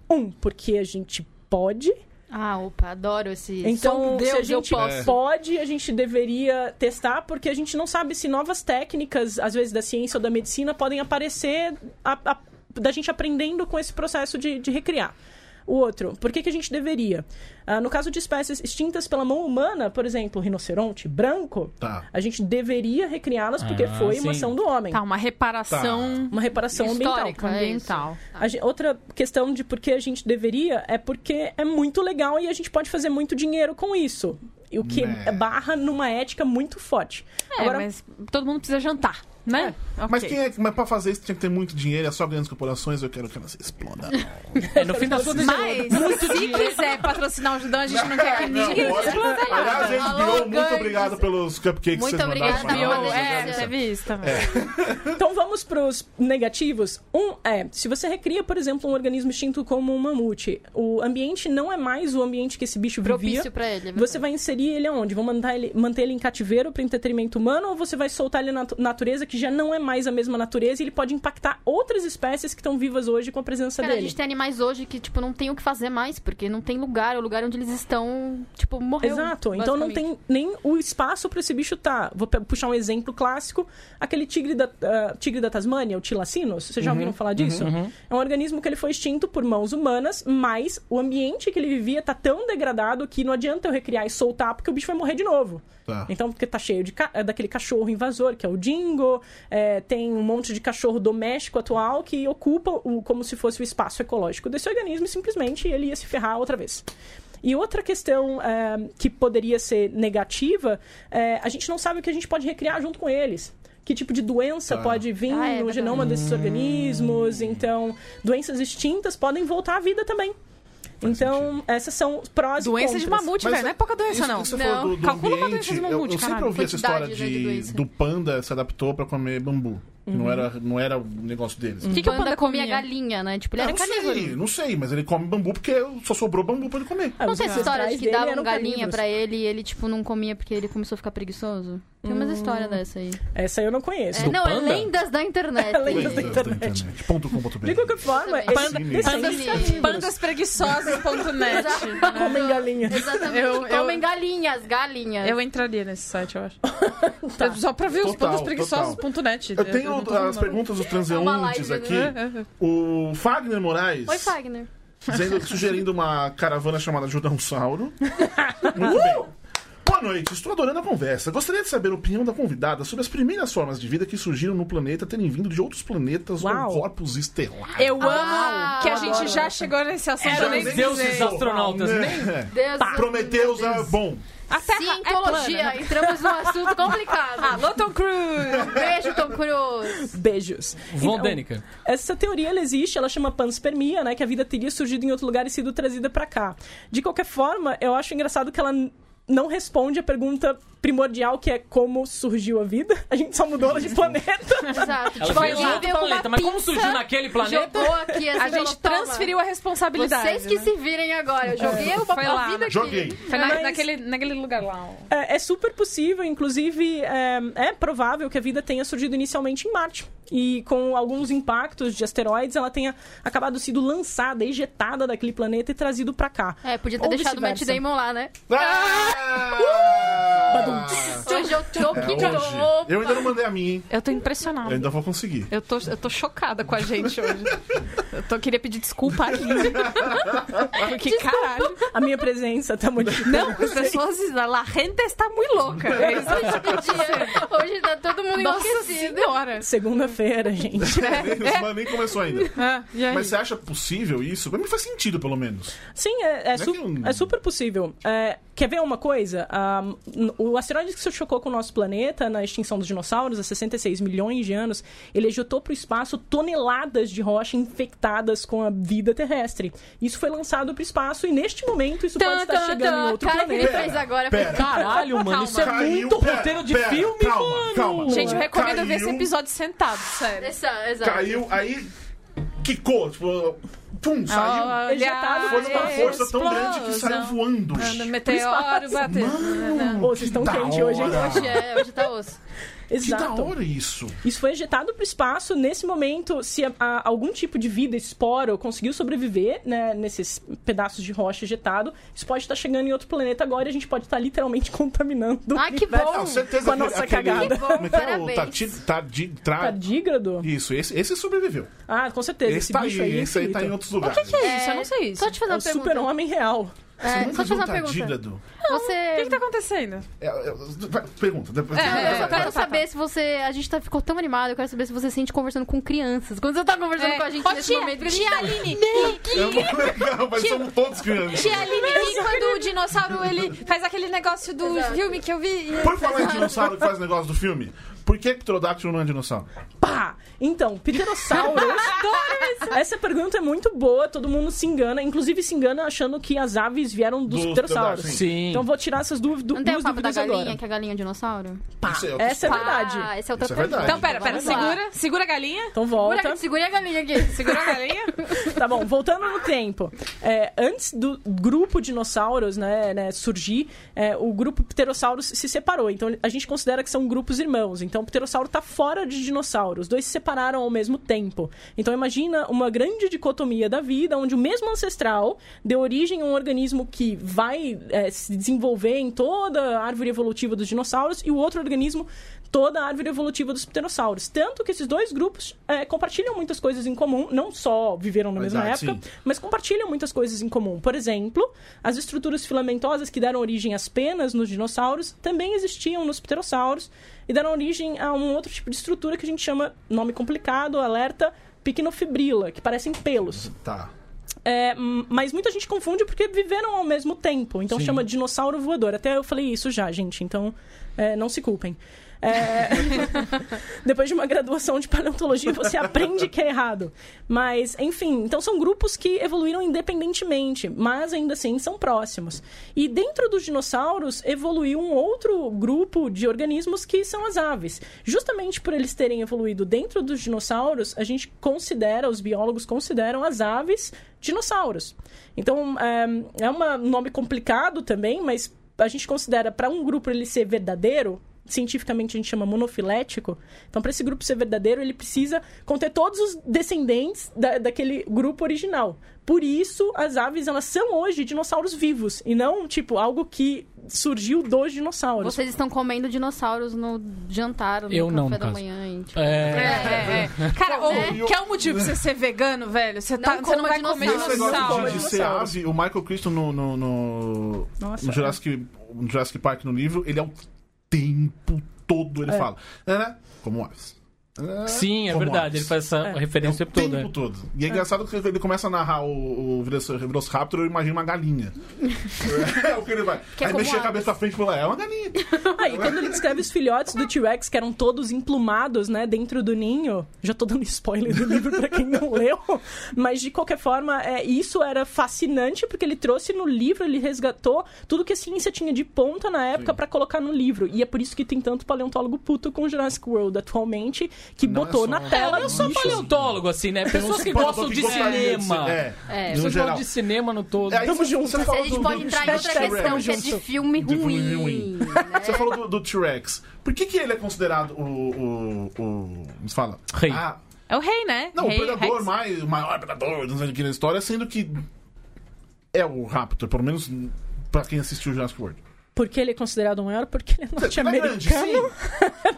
F: Um, porque a gente pode.
C: Ah, opa, adoro esse
F: Então,
C: som Deus,
F: se a gente
C: eu
B: É.
C: posso.
F: pode, a gente deveria testar, porque a gente não sabe se novas técnicas, às vezes da ciência ou da medicina, podem aparecer a- a- da gente aprendendo com esse processo de, de recriar. O outro, por que, que a gente deveria? Ah, no caso de espécies extintas pela mão humana, por exemplo, rinoceronte branco,
A: Tá.
F: a gente deveria recriá-las porque
B: Ah,
F: foi
B: sim.
F: uma ação do homem.
E: Tá, uma reparação
F: Uma reparação ambiental.
C: Histórica. é
E: ambiental.
F: A gen- outra questão de por que a gente deveria é porque é muito legal e a gente pode fazer muito dinheiro com isso. E o que
A: Né.
F: barra numa ética muito forte.
E: É,
F: Agora,
E: mas todo mundo precisa jantar, né? Ok.
A: Mas quem é que- mas pra fazer isso tinha que ter muito dinheiro, é só grandes corporações, eu quero que elas explodam.
B: É, no fim das contas,
E: Mas, se quiser patrocinar o Judão, a gente não quer que
A: É, Não,
E: ninguém
A: pode.
E: exploda nada.
A: Aliás, gente,
C: Alô,
A: HBO, muito
C: grandes-
A: obrigado pelos cupcakes
C: Muito
A: que vocês mandaram
C: obrigada,
A: pra
C: Não,
E: HBO,
A: nós.
E: é,
C: delícia.
E: teve isso também.
F: então vamos pros negativos. Um é, se você recria, por exemplo, um organismo extinto como um mamute, o ambiente não é mais o ambiente que esse bicho vivia.
C: propício pra ele. é verdade.
F: Você vai inserir ele aonde? Vão mandar ele, manter ele em cativeiro para entretenimento humano ou você vai soltar ele na natu- natureza que já não é mais a mesma natureza e ele pode impactar outras espécies que estão vivas hoje com a presença
C: Cara, a
F: dele?
C: gente tem animais hoje que, tipo, não tem o que fazer mais, porque não tem lugar, é o lugar onde eles estão, tipo, morreu.
F: Exato. Então não tem nem o espaço para esse bicho estar. Vou pe- puxar um exemplo clássico, aquele tigre da ah, tigre da Tasmânia, o Tilacinus. Vocês já ouviram falar disso?
B: Uhum,
F: É um organismo que ele foi extinto por mãos humanas, mas o ambiente que ele vivia tá tão degradado que não adianta eu recriar e soltar porque o bicho vai morrer de novo.
A: Tá.
C: É,
F: Então, porque tá cheio de ca- eh, daquele cachorro invasor, que é o dingo, eh, tem um monte de cachorro doméstico atual que ocupa o, como se fosse o espaço ecológico desse organismo e simplesmente ele ia se ferrar outra vez. E outra questão eh, que poderia ser negativa, eh, a gente não sabe o que a gente pode recriar junto com eles. Que tipo de doença
A: Tá.
F: pode vir
C: Ah, é
F: no
C: verdade.
F: genoma desses organismos? Então, doenças extintas podem voltar à vida também. então, essas são os prós
E: Doença
F: e
E: de
F: contras.
E: mamute, velho. Não é pouca doença,
A: isso,
E: não.
A: Isso você
E: não.
A: falou do, do
E: Calcula uma
A: ambiente.
E: doença de
A: eu-
E: mamute,
A: eu, sempre
E: caralho.
A: ouvi essa história
C: Quantidade, né, de
A: de,
C: doença. Uhum.
A: do panda se adaptou pra comer bambu. Não, era, não era o negócio deles.
E: O que, que
C: Que
E: o panda
C: comia
E: comia?
C: galinha, né? Tipo, ele
A: Eu
C: Uhum. era
A: não sei,
C: carnívoro.
A: não sei, mas ele come bambu porque só sobrou bambu pra ele comer.
F: Ah,
C: Não
F: os
C: sei essa história de
F: ancestrais
C: que
F: dele
C: davam
F: eram
C: galinha
F: carnívoros.
C: pra ele e ele, tipo, não comia porque ele começou a ficar preguiçoso. Tem umas
F: Hum.
C: histórias dessa aí.
F: Essa eu não conheço.
C: É,
B: Do
C: não, é
B: panda?
C: lendas da
F: (laughs)
C: internet.
F: É Lendas da internet. De
A: internet.com.br
F: qualquer forma,
C: Também.
F: esses-
E: Panda-
C: pandas-
F: esses carnívoros
E: Pandaspreguiçosas.net.
F: comem galinha.
C: (laughs) Exatamente.
E: Eu- eu-
C: Comem galinhas, galinhas.
E: Eu entraria nesse site, eu acho. Só pra ver os
A: Total,
E: pandaspreguiçosos.net.
A: Eu tenho
E: não tô
A: as
E: falando.
A: perguntas dos transeuntes
C: live, né?
A: aqui.
E: É, é, é.
A: O Fagner Moraes
C: Oi, Fagner.
A: dizendo- sugerindo uma caravana chamada Judãosauro. Muito bem. Boa noite, estou adorando a conversa. Gostaria de saber a opinião da convidada sobre as primeiras formas de vida que surgiram no planeta, terem vindo de outros planetas
F: Uau.
A: ou corpos estelares.
E: Eu amo
C: Ah,
E: que a
C: eu
E: gente
C: adoro.
E: já chegou nesse assunto. né?
A: Já
E: eu nem
A: nem
B: deuses
E: sei.
A: precisou.
B: astronautas, nem
A: É.
C: Deus
A: Prometeus é bom.
E: A Terra é plana. Ah,
C: Cientologia. Entramos num assunto
E: (laughs)
C: complicado.
E: Alô, Tom Cruise!
C: Beijo, Tom Cruise.
F: Beijos.
B: Von
F: Então,
B: Däniken.
F: Essa teoria ela existe, ela chama panspermia, né? Que a vida teria surgido em outro lugar e sido trazida pra cá. De qualquer forma, eu acho engraçado que ela n- não responde a pergunta primordial que é como surgiu a vida. (laughs) A gente só mudou ela de planeta.
C: Exato.
B: Ela
C: tipo,
B: veio
C: alguém
B: de outro
C: veio com
B: planeta,
C: uma
B: mas como
C: pinça,
B: surgiu naquele planeta?
C: Jogou aqui, assim,
E: (laughs) A gente
C: falou, "Toma,
E: transferiu a responsabilidade.
C: Vocês que
E: né?
C: se virem agora. Eu joguei
E: É.
C: uma
E: Foi lá,
C: vida
E: né?
C: aqui.
A: Joguei.
E: Foi na-
F: Mas-
E: naquele, naquele lugar lá. ó.
F: É, é super possível, inclusive é, é provável que a vida tenha surgido inicialmente em Marte. E com alguns impactos de asteroides, ela tenha acabado sendo lançada, ejetada daquele planeta e trazido pra cá.
C: É, podia ter
F: Ou
C: deixado o Matt
F: vice-versa.
C: Damon lá, né?
A: Ah!
C: Hoje eu tô
A: É
C: que
A: hoje. Eu ainda não mandei a minha, hein?
E: Eu tô
A: Eu
E: impressionada.
A: ainda vou conseguir.
E: Eu tô, eu tô chocada com a gente hoje. Eu tô, queria pedir desculpa aqui. Porque, caralho.
F: A minha presença tá muito.
E: Não, as pessoas. A gente está muito louca. É isso que tá acontecendo.
C: Hoje tá todo mundo
E: Nossa
C: enlouquecido.
E: senhora.
F: Segunda-feira, gente.
A: Mas nem começou ainda.
E: Ah, e aí?
A: Mas você acha possível isso? Pra mim faz sentido, pelo menos.
F: Sim, é, é
A: Não é
F: su-
A: que um-
F: é super possível. É, quer ver uma coisa? Ah, n- o asteroide que se chocou com o nosso planeta na extinção dos dinossauros há 66 milhões de anos, ele ejetou para o espaço toneladas de rocha infectada conectadas com a vida terrestre. Isso foi lançado para o espaço e neste momento isso pode estar
E: Tan, tan,
F: chegando
E: tan.
F: em outro
C: Cara, que ele
F: planeta.
C: fez agora foi-
A: pera.
B: (laughs) Caralho, mano, isso é
A: Caiu-
B: muito
A: pera,
B: roteiro de
A: pera,
B: filme,
A: calma,
B: mano.
A: calma.
E: Gente, eu recomendo ver esse
A: Caiu.
E: episódio sentado, sério.
C: Exa- Exato.
A: Caiu, aí quicou, tipo, pum, saiu.
E: Olha,
F: Ejetado
A: Foi numa força tão
E: Ah, é, explosão. Ah,
A: grande que saiu voando.
E: Manda Meteoro
F: espaço.
E: batendo.
F: Ô, vocês estão
A: da
F: quentes hoje, hein?
A: hora.
C: Hoje, é, hoje tá osso.
A: Que da
F: Exato.
A: hora isso.
F: Isso foi ejetado para o espaço. Nesse momento, se a- a- algum tipo de vida, esporo, conseguiu sobreviver né, nesses pedaços de rocha ejetado, isso pode estar chegando em outro planeta agora e a gente pode estar literalmente (laughs) contaminando.
C: Ah, que
F: universo.
C: bom.
A: Ah, certeza
F: com a
A: que
F: nossa
A: aquele-
F: cagada.
C: Que bom,
A: Como é que é o
C: parabéns.
A: Tati- Tadi- Tra-
F: Tardígrado?
A: tá Isso, esse, esse sobreviveu.
F: Ah, com certeza.
A: Esse,
F: Esse,
A: tá aí,
F: bicho aí, é
A: esse aí tá em
F: infinito.
A: outros lugares.
E: O que é isso? Eu não sei isso.
C: Só te fazer
F: É o
C: uma pergunta.
F: super-homem real.
C: É, só te fazer uma
A: um
C: pergunta.
A: Tadígrado?
E: O que,
C: Você.
E: que tá acontecendo?
A: É, é, vai, pergunta, depois.
E: É,
A: vai,
C: Eu só
A: vai,
C: quero
A: vai.
C: saber se você. A gente tá, ficou tão animado, eu quero saber se você sente conversando com crianças. Quando você tá conversando
E: É.
C: com a gente
E: Ó,
C: nesse
E: tia,
C: momento.
E: tia Aline,
A: É muito (laughs) legal, mas somos todos crianças.
E: Tia Aline, e quando o dinossauro ele faz aquele negócio do
C: Exato.
E: filme que eu vi. e-
A: Por falar em dinossauro que faz negócio do filme, por que Pterodáctilo não é dinossauro?
F: Pá! Então,
C: (laughs)
F: pterossauros. Essa pergunta é muito boa, todo mundo se engana, inclusive se engana achando que as aves vieram dos
A: Dos
F: pterossauros.
A: pterodáctilos.
B: Sim.
F: Então vou tirar essas duas, du
C: Não tem o
F: duas
C: papo da
F: dúvidas
C: galinha,
F: agora.
C: que a galinha é um dinossauro?
A: Isso é outro-
F: Essa é verdade.
C: Ah, esse é o teu
A: Isso é verdade.
E: Então, pera, pera,
C: Vamos lá.
E: segura, segura a galinha.
F: Então volta.
C: Segura, segura a galinha aqui.
E: Segura a galinha.
F: (laughs) Tá bom, voltando no tempo. É, antes do grupo dinossauros né, né, surgir, é, o grupo pterossauros se separou. Então a gente considera que são grupos irmãos. Então o pterossauro tá fora de dinossauro. Os dois se separaram ao mesmo tempo. Então imagina uma grande dicotomia da vida, onde o mesmo ancestral deu origem a um organismo que vai é, se desenvolver em toda a árvore evolutiva dos dinossauros e o outro organismo toda a árvore evolutiva dos pterossauros. Tanto que esses dois grupos é, compartilham muitas coisas em comum, não só viveram na mesma
A: Exato,
F: época,
A: sim.
F: mas compartilham muitas coisas em comum. Por exemplo, as estruturas filamentosas que deram origem às penas nos dinossauros também existiam nos pterossauros e deram origem a um outro tipo de estrutura que a gente chama, nome complicado, alerta, picnofibrila, que parecem pelos.
A: Tá.
F: É, hum, mas muita gente confunde porque viveram ao mesmo tempo. Então
B: Sim.
F: chama dinossauro voador. Até eu falei isso já, gente. Então é, não se culpem. É, Depois de uma graduação de paleontologia, você aprende que é errado. Mas, enfim, então são grupos que evoluíram independentemente, mas ainda assim são próximos. E dentro dos dinossauros evoluiu um outro grupo de organismos que são as aves. Justamente por eles terem evoluído dentro dos dinossauros, a gente considera, os biólogos consideram as aves dinossauros. Então, é, é uma- um nome complicado também, mas a gente considera para um grupo ele ser verdadeiro, cientificamente a gente chama monofilético. Então, para esse grupo ser verdadeiro, ele precisa conter todos os descendentes da- daquele grupo original. Por isso, as aves elas são hoje dinossauros vivos e não tipo algo que surgiu dos dinossauros.
C: (laughs) Vocês estão comendo dinossauros no jantar, no
B: Eu
C: café
B: não, no
C: da
B: caso.
C: manhã. hein? Tipo,
E: É,
B: É.
E: é, é. Cara, ô,
A: né?
G: um
E: que é o motivo pra você ser vegano, velho? Você, tá,
C: Não
E: você não
C: coma
E: vai comer
A: Esse
C: dinossauro.
E: dinossauro.
A: negócio de,
F: Dinossauro.
A: de ser ave, o Michael Crichton no, no, no,
F: Nossa.
A: no Jurassic, no Jurassic Park no livro, ele é o tempo todo, ele fala. né, né? Como aves. Né,
B: Sim, é
A: como
B: verdade.
A: aves.
B: Ele faz essa referência
A: o
B: o tempo todo.
A: tempo
B: é.
A: todo. E é engraçado que ele começa a narrar o, o Veloc- Velociraptor, eu imagino uma
C: (laughs)
A: galinha. é o que ele vai.
C: Que é
A: Aí
C: como
A: mexer a
C: aves.
A: cabeça pra frente e falar, é
C: (laughs)
A: uma galinha.
F: Ah, (laughs) e quando ele descreve os filhotes do T-Rex que eram todos emplumados, né, dentro do ninho, já tô dando spoiler do livro pra quem não leu, mas de qualquer forma, é, isso era fascinante porque ele trouxe no livro, ele resgatou tudo que a ciência tinha de ponta na época pra colocar no livro. E é por isso que tem tanto paleontólogo puto com Jurassic World atualmente que
A: Não é
F: botou
A: só-
F: na
A: É,
F: tela.
B: Eu sou
F: bichos.
B: paleontólogo, assim, né? Pessoas que gostam
A: Que
B: de
A: gostaria um de ser-
B: cinema.
A: É,
C: É.
A: no
B: Pessoas que
A: geral.
B: gostam de um cinema no todo.
A: É, aí
F: Tamo
A: você-
F: junto.
A: você
C: Se
F: Mas
A: fala
C: a gente
A: do-
C: pode
A: do-
C: entrar em outra
A: T-Rex.
C: questão, que é de
F: junto.
C: filme
A: De filme
C: ruim.
A: ruim. Você
G: É.
A: falou do, do T-Rex. Por que, que ele é considerado o. o, o como se fala?
B: Rei.
A: Ah,
E: É o rei, né?
A: não,
E: rei,
A: o predador
E: Rex.
A: mais, o maior predador, não sei o que na história, sendo que é o Raptor, pelo menos pra quem assistiu Jurassic World.
F: Por que ele é considerado o maior? Porque ele é
A: Ele é grande,
F: norte-americano.
A: sim.
F: (laughs)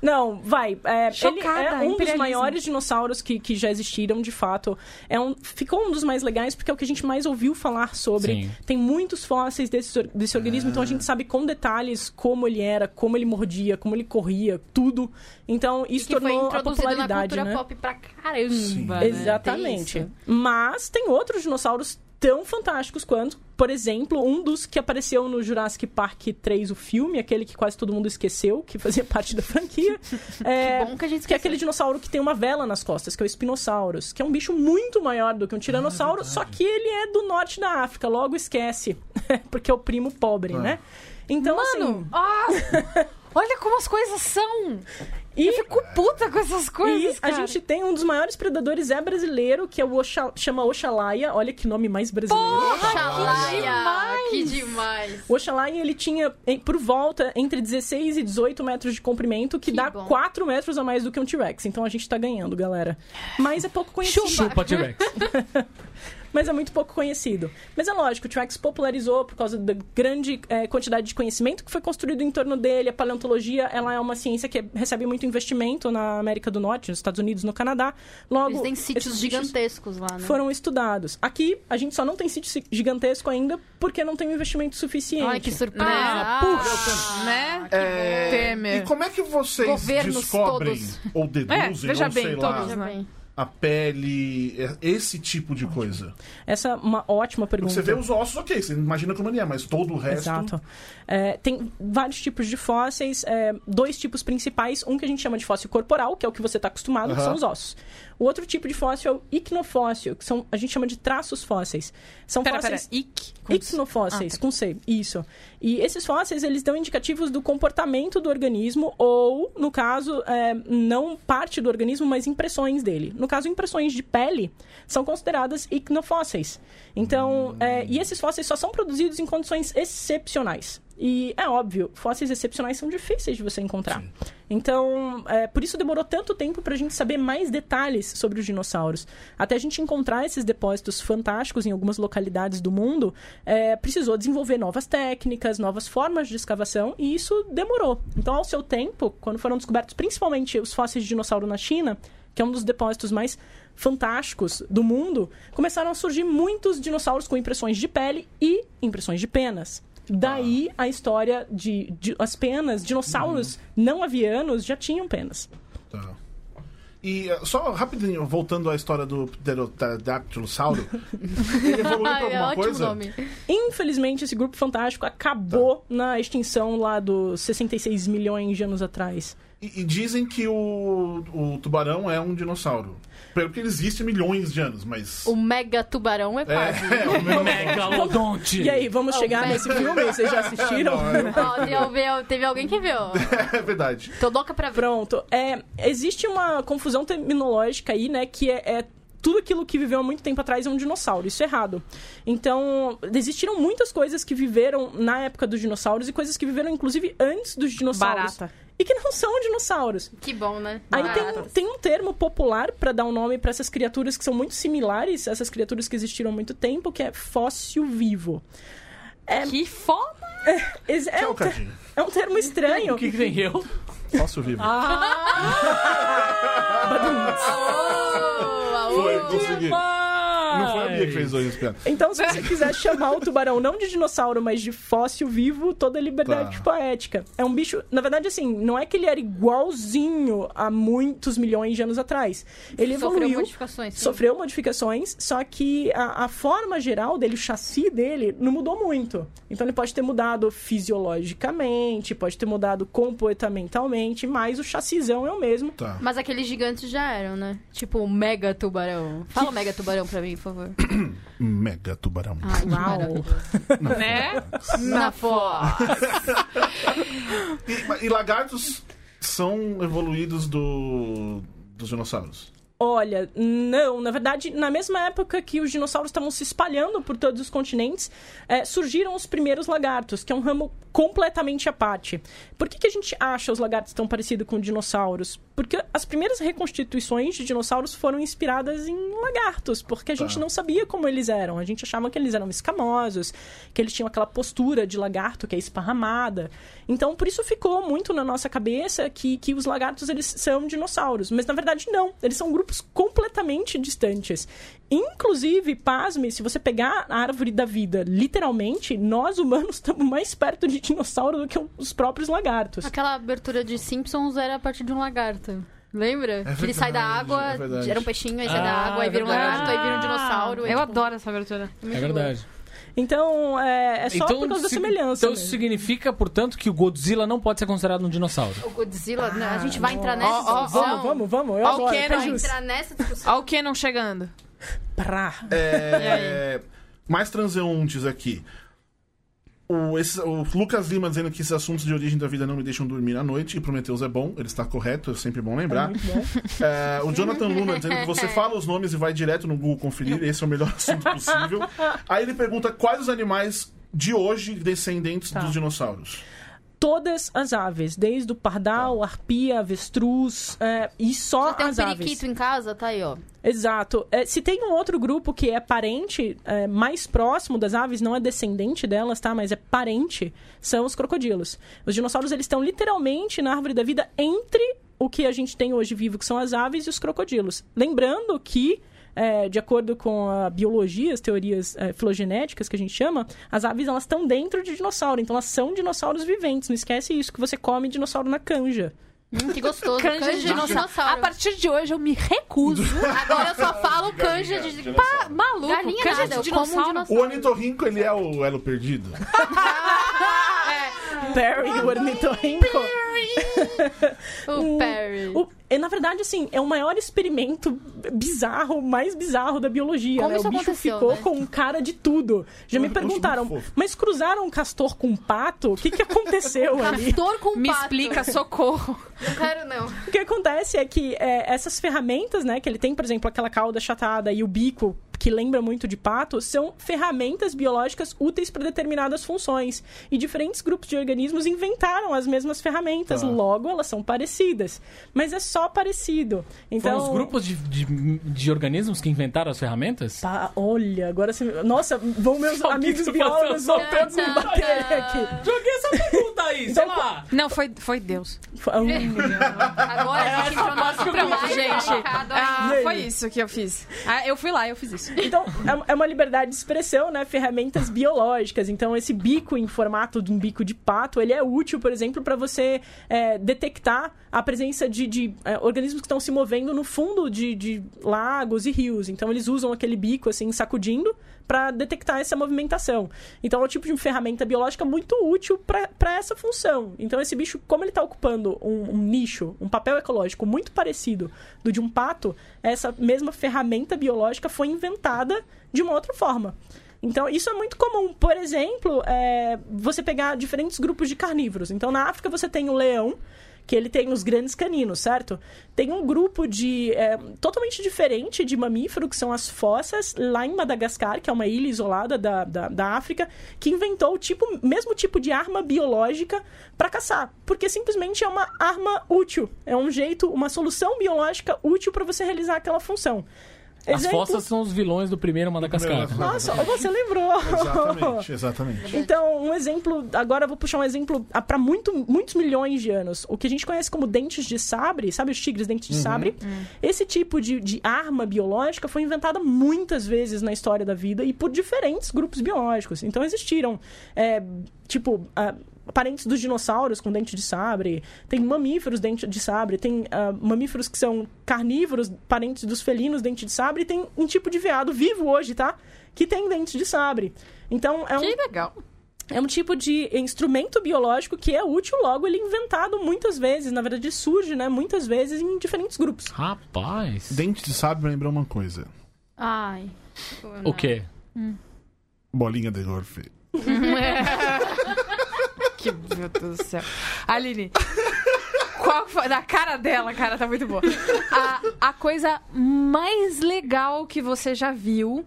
F: Não, vai. é, ele é
E: Chocada,
F: um dos
E: imperialismo.
F: maiores dinossauros que, que já existiram, de fato. É um, ficou um dos mais legais porque é o que a gente mais ouviu falar sobre.
B: Sim.
F: Tem muitos fósseis desse, or- desse organismo, então a gente sabe com detalhes como ele era, como ele mordia, como ele corria, tudo. Então isso
C: Que foi
F: tornou a
C: introduzido na
F: popularidade,
C: cultura
F: né?
C: pop pra caramba.
A: Sim.
C: né? Tem
F: Exatamente.
C: isso.
F: Mas tem outros dinossauros tão fantásticos quanto, por exemplo, um dos que apareceu no Jurassic Park 3, o filme, aquele que quase todo mundo esqueceu, que fazia (laughs) parte da franquia. É,
C: Bom (laughs) que a gente
F: que é
C: esqueceu.
F: aquele dinossauro que tem uma vela nas costas, que é o Spinosaurus, que é um bicho muito maior do que um tiranossauro, só que ele é do norte da África, logo esquece, (laughs) porque é o primo pobre, né? Então,
G: Mano, ah, olha como as coisas são.
F: assim,
G: Eu fico puta com essas coisas,
F: e
G: cara.
F: a gente tem um dos maiores predadores é brasileiro, que é o Oxa- chama Oxalaia. Olha que nome mais brasileiro.
C: Oxalaia, que demais.
F: O Oxalaia, ele tinha em- por volta entre 16 e 18 metros de comprimento, que,
C: Que
F: dá
C: bom.
F: 4 metros a mais do que um T-Rex. Então a gente tá ganhando, galera. Mas é pouco conhecido.
B: Chupa, T-Rex. (laughs)
F: Mas é muito pouco conhecido. Mas é lógico, o T-Rex popularizou por causa da grande eh, quantidade de conhecimento que foi construído em torno dele. A paleontologia, ela é uma ciência que recebe muito investimento na América do Norte, nos Estados Unidos, no Canadá. Logo,
C: Eles têm sítios
F: esses bichos-
C: gigantescos lá, né?
F: foram estudados. Aqui, a gente só não tem sítio gigantesco ainda porque não tem um investimento suficiente.
C: Ai, que surpresa.
G: Ah, puxa, né?
A: É,
G: Temer.
A: E como é que vocês
G: Governos
A: descobrem
G: todos.
A: ou deduzem,
G: É, veja
A: ou
G: bem,
A: sei
G: todos,
A: lá,
G: né?
A: a pele, é- esse tipo de coisa?
F: Essa é uma ótima pergunta.
A: Você vê os ossos, ok, você imagina como ele é, mas todo o resto.
F: Exato. É, tem vários tipos de fósseis, é, dois tipos principais. Um que a gente chama de fóssil corporal, que é o que você está acostumado, que
A: Aham.
F: são os ossos. O outro tipo de fóssil é o icnofóssil, que são, a gente chama de traços fósseis. São
E: Pera, pera.
F: fósseis
E: Ick?
F: Icnofósseis, com C, isso. E esses fósseis, eles dão indicativos do comportamento do organismo ou, no caso, é, não parte do organismo, mas impressões dele. No caso, impressões de pele são consideradas icnofósseis. Então, é, e esses fósseis só são produzidos em condições excepcionais. E é óbvio, fósseis excepcionais são difíceis de você encontrar. Então, é, por isso demorou tanto tempo para a gente saber mais detalhes sobre os dinossauros. Até a gente encontrar esses depósitos fantásticos em algumas localidades do mundo, é, precisou desenvolver novas técnicas, novas formas de escavação, e isso demorou. Então, ao seu tempo, quando foram descobertos principalmente os fósseis de dinossauro na China, que é um dos depósitos mais fantásticos do mundo, começaram a surgir muitos dinossauros com impressões de pele e impressões de penas. Daí a história de, de- as penas, dinossauros não avianos já tinham penas.
A: Tá. E eh, só rapidinho, voltando à história do
C: (laughs)
A: Pterodactylossauro, ele evoluiu pra
C: Ai, é
A: alguma
C: ótimo
A: coisa?
C: nome.
F: Infelizmente, esse grupo fantástico acabou na extinção lá dos 66 milhões de anos atrás.
A: E, e dizem que o, o tubarão é um dinossauro. Pelo que ele existe há milhões de anos, mas.
C: O mega tubarão é quase.
A: É, o mesmo-
B: Megalodonte.
F: E aí, vamos chegar
C: velho.
F: nesse filme? Vocês já
C: (laughs)
F: assistiram?
A: Não, é-
C: Ó, deu- deu- teve alguém que viu.
A: (laughs) é verdade.
C: Tô louca pra ver.
F: Pronto. É, existe uma confusão terminológica aí, né? Que é, é tudo aquilo que viveu há muito tempo atrás é um dinossauro. Isso é errado. Então, existiram muitas coisas que viveram na época dos dinossauros e coisas que viveram, inclusive, antes dos dinossauros.
E: Barata.
F: E que não são dinossauros.
C: Que bom, né?
F: Aí tem,
C: Baratas.
F: tem um termo popular pra dar um nome pra essas criaturas que são muito similares, essas criaturas que existiram há muito tempo, que é fóssil vivo.
G: Que foda.
F: Ex-
A: Que
F: É
A: é
F: um,
A: o
F: ter-
A: cadinho.
F: é um termo estranho.
B: O que, que tem eu?
A: Posso vivo.
C: Ah, Oh, aô.
A: Foi, consegui.
B: Ah!
A: Não foi a Bia que
B: Mas-
A: fez hoje esse piano.
F: Então, se você quiser chamar o tubarão não de dinossauro, mas de fóssil vivo, toda liberdade
A: Tá.
F: poética. É um bicho. Na verdade, assim, não é que ele era igualzinho há muitos milhões de anos atrás. Ele
C: Sofreu
F: evoluiu.
C: modificações. sim.
F: Sofreu modificações, só que a, a forma geral dele, o chassi dele, não mudou muito. Então ele pode ter mudado fisiologicamente, pode ter mudado comportamentalmente, mas o chassizão é o mesmo.
A: Tá.
C: Mas aqueles gigantes já eram, né? Tipo o mega tubarão. Fala o mega tubarão pra mim, por favor.
A: Mega tubarão.
C: Ai, que maravilha.
G: Né?
C: Na foto.
A: E, e lagartos são evoluídos do, dos dinossauros.
F: Olha, não. Na verdade, na mesma época que os dinossauros estavam se espalhando por todos os continentes, eh, surgiram os primeiros lagartos, que é um ramo completamente à parte. Por que, que a gente acha os lagartos tão parecidos com dinossauros? Porque as primeiras reconstituições de dinossauros foram inspiradas em lagartos, porque a
A: Tá.
F: gente não sabia como eles eram. A gente achava que eles eram escamosos, que eles tinham aquela postura de lagarto que é esparramada. Então, por isso ficou muito na nossa cabeça que, que os lagartos eles são dinossauros. Mas na verdade, não. Eles são grupos completamente distantes. Inclusive, pasme, se você pegar a árvore da vida literalmente, nós humanos estamos mais perto de dinossauro do que os próprios lagartos.
C: Aquela abertura de Simpsons era a partir de um lagarto. Lembra? que ele sai da
A: verdade,
C: água,
A: é verdade.
C: era um peixinho, aí sai da
B: Ah,
C: água, aí
B: é
C: vira um
B: verdade.
C: lagarto, aí vira um dinossauro.
E: Eu adoro essa abertura.
B: É verdade.
F: Então, é, é só por causa da
B: sig-
F: semelhança.
B: Então isso
F: mesmo.
B: significa, portanto, que o Godzilla não pode ser considerado um dinossauro.
C: O Godzilla, né? a gente vai entrar nessa
G: Ó, ó, ó,
C: discussão.
F: Vamos, vamos, vamos. Eu
G: Ó, o
F: adoro.
G: Kenan
F: tá
C: Vai
F: justo.
C: entrar nessa discussão.
G: Olha o Kenon chegando.
F: Pra.
A: É, mais transeuntes aqui. O, esse- o Lucas Lima dizendo que esses assuntos de origem da vida não me deixam dormir à noite. E Prometeus é bom, ele está correto, é sempre bom lembrar. (laughs) É, o Jonathan Luna dizendo que você fala os nomes e vai direto no Google conferir, esse é o melhor (laughs) assunto possível. Aí ele pergunta quais os animais de hoje descendentes dos dinossauros.
F: Todas as aves, desde o pardal, arpia, avestruz, é, e só
C: Você tem um
F: as aves.
C: periquito em casa, tá aí, ó.
F: Exato. É, se tem um outro grupo que é parente, é, mais próximo das aves, não é descendente delas, tá? Mas é parente, são os crocodilos. Os dinossauros, eles estão literalmente na árvore da vida entre o que a gente tem hoje vivo, que são as aves, e os crocodilos. Lembrando que, é, de acordo com a biologia, as teorias é, filogenéticas que a gente chama, as aves, elas estão dentro de dinossauro. Então, elas são dinossauros viventes. Não esquece isso, que você come dinossauro na canja.
C: Hum, que gostoso.
G: Canja, de dinossauro. A partir de hoje eu me recuso.
C: Agora eu só falo canja de...
A: Dinossauro.
C: Pá,
G: Maluco,
C: Galinha
G: canja
C: nada,
G: de
C: eu como um
G: dinossauro.
A: O ornitorrinco, ele é o elo perdido.
F: Perry, o ornitorrinco.
C: o Perry.
F: O- é, na verdade, assim, é o maior experimento bizarro, mais bizarro da biologia.
C: Como
F: né?
C: isso
F: o bicho
C: aconteceu,
F: ficou
C: né?
F: com cara de tudo. Já me
A: Eu acho muito
F: perguntaram,
A: fofo.
F: mas cruzaram um castor com um pato? O que,
C: (laughs)
F: que aconteceu ali?
C: Um Castor com
G: Me
C: pato.
G: explica, socorro.
C: Não quero, não.
F: O que acontece é que é, essas ferramentas, né, que ele tem, por exemplo, aquela cauda chatada e o bico que lembra muito de pato, são ferramentas biológicas úteis para determinadas funções. E diferentes grupos de organismos inventaram as mesmas ferramentas,
A: Tá.
F: logo elas são parecidas. Mas é só parecido. Então,
B: Foram os grupos de, de- de organismos que inventaram as ferramentas?
F: Pá, Tá, olha, agora você... me- Nossa, vão meus
B: Alguém
F: amigos
B: tá
F: biólogos
B: passando
F: vão todos me baterem aqui.
B: Joguei essa pergunta
F: Então
B: aí,
F: é
B: sei lá.
G: Não, foi, foi Deus.
F: Hum,
C: Agora a gente vai nosso
G: Pronto, um gente. Ah,
F: E aí?
G: foi isso que eu fiz. Ah, eu fui lá, eu fiz isso.
F: Então, é- é uma liberdade de expressão, né? Ferramentas biológicas. Então, esse bico em formato de um bico de pato, ele é útil, por exemplo, para você é, detectar a presença de, de, é, organismos que estão se movendo no fundo de, de lagos e rios. Então, eles usam aquele bico, assim, sacudindo para detectar essa movimentação. Então, é um tipo de ferramenta biológica muito útil para essa função. Então, esse bicho, como ele está ocupando um, um nicho, um papel ecológico muito parecido do de um pato, essa mesma ferramenta biológica foi inventada de uma outra forma. Então, isso é muito comum. Por exemplo, é, você pegar diferentes grupos de carnívoros. Então, na África, você tem o leão, que ele tem os grandes caninos, certo? Tem um grupo de é, totalmente diferente de mamífero, que são as fossas, lá em Madagascar, que é uma ilha isolada da, da, da África, que inventou o tipo, mesmo tipo de arma biológica para caçar. Porque simplesmente é uma arma útil. É um jeito, uma solução biológica útil para você realizar aquela função.
B: As
F: Exemplo-
B: fossas são os vilões do primeiro Madagascar.
A: Primeiro
F: Nossa, você lembrou!
A: Exatamente, exatamente.
F: Então, um exemplo, agora eu vou puxar um exemplo para muito, muitos milhões de anos. O que a gente conhece como dentes de sabre, sabe os tigres dentes de sabre? Esse tipo de, de arma biológica foi inventada muitas vezes na história da vida e por diferentes grupos biológicos. Então, existiram, é, tipo, ah, parentes dos dinossauros com dente de sabre, tem mamíferos dente de sabre, tem ah, mamíferos que são carnívoros, parentes dos felinos dente de sabre, e tem um tipo de veado vivo hoje, tá? Que tem dente de sabre. Então, é um,
G: Que legal.
F: é um tipo de instrumento biológico que é útil, logo ele é inventado muitas vezes, na verdade surge, né, muitas vezes em diferentes grupos.
B: Rapaz.
A: Dente de sábio lembrou uma coisa.
C: Ai.
B: O quê?
A: Bolinha de golfe.
G: Que, meu Deus do céu. Aline, qual foi. Na cara dela, cara, tá muito boa. A, a coisa mais legal que você já viu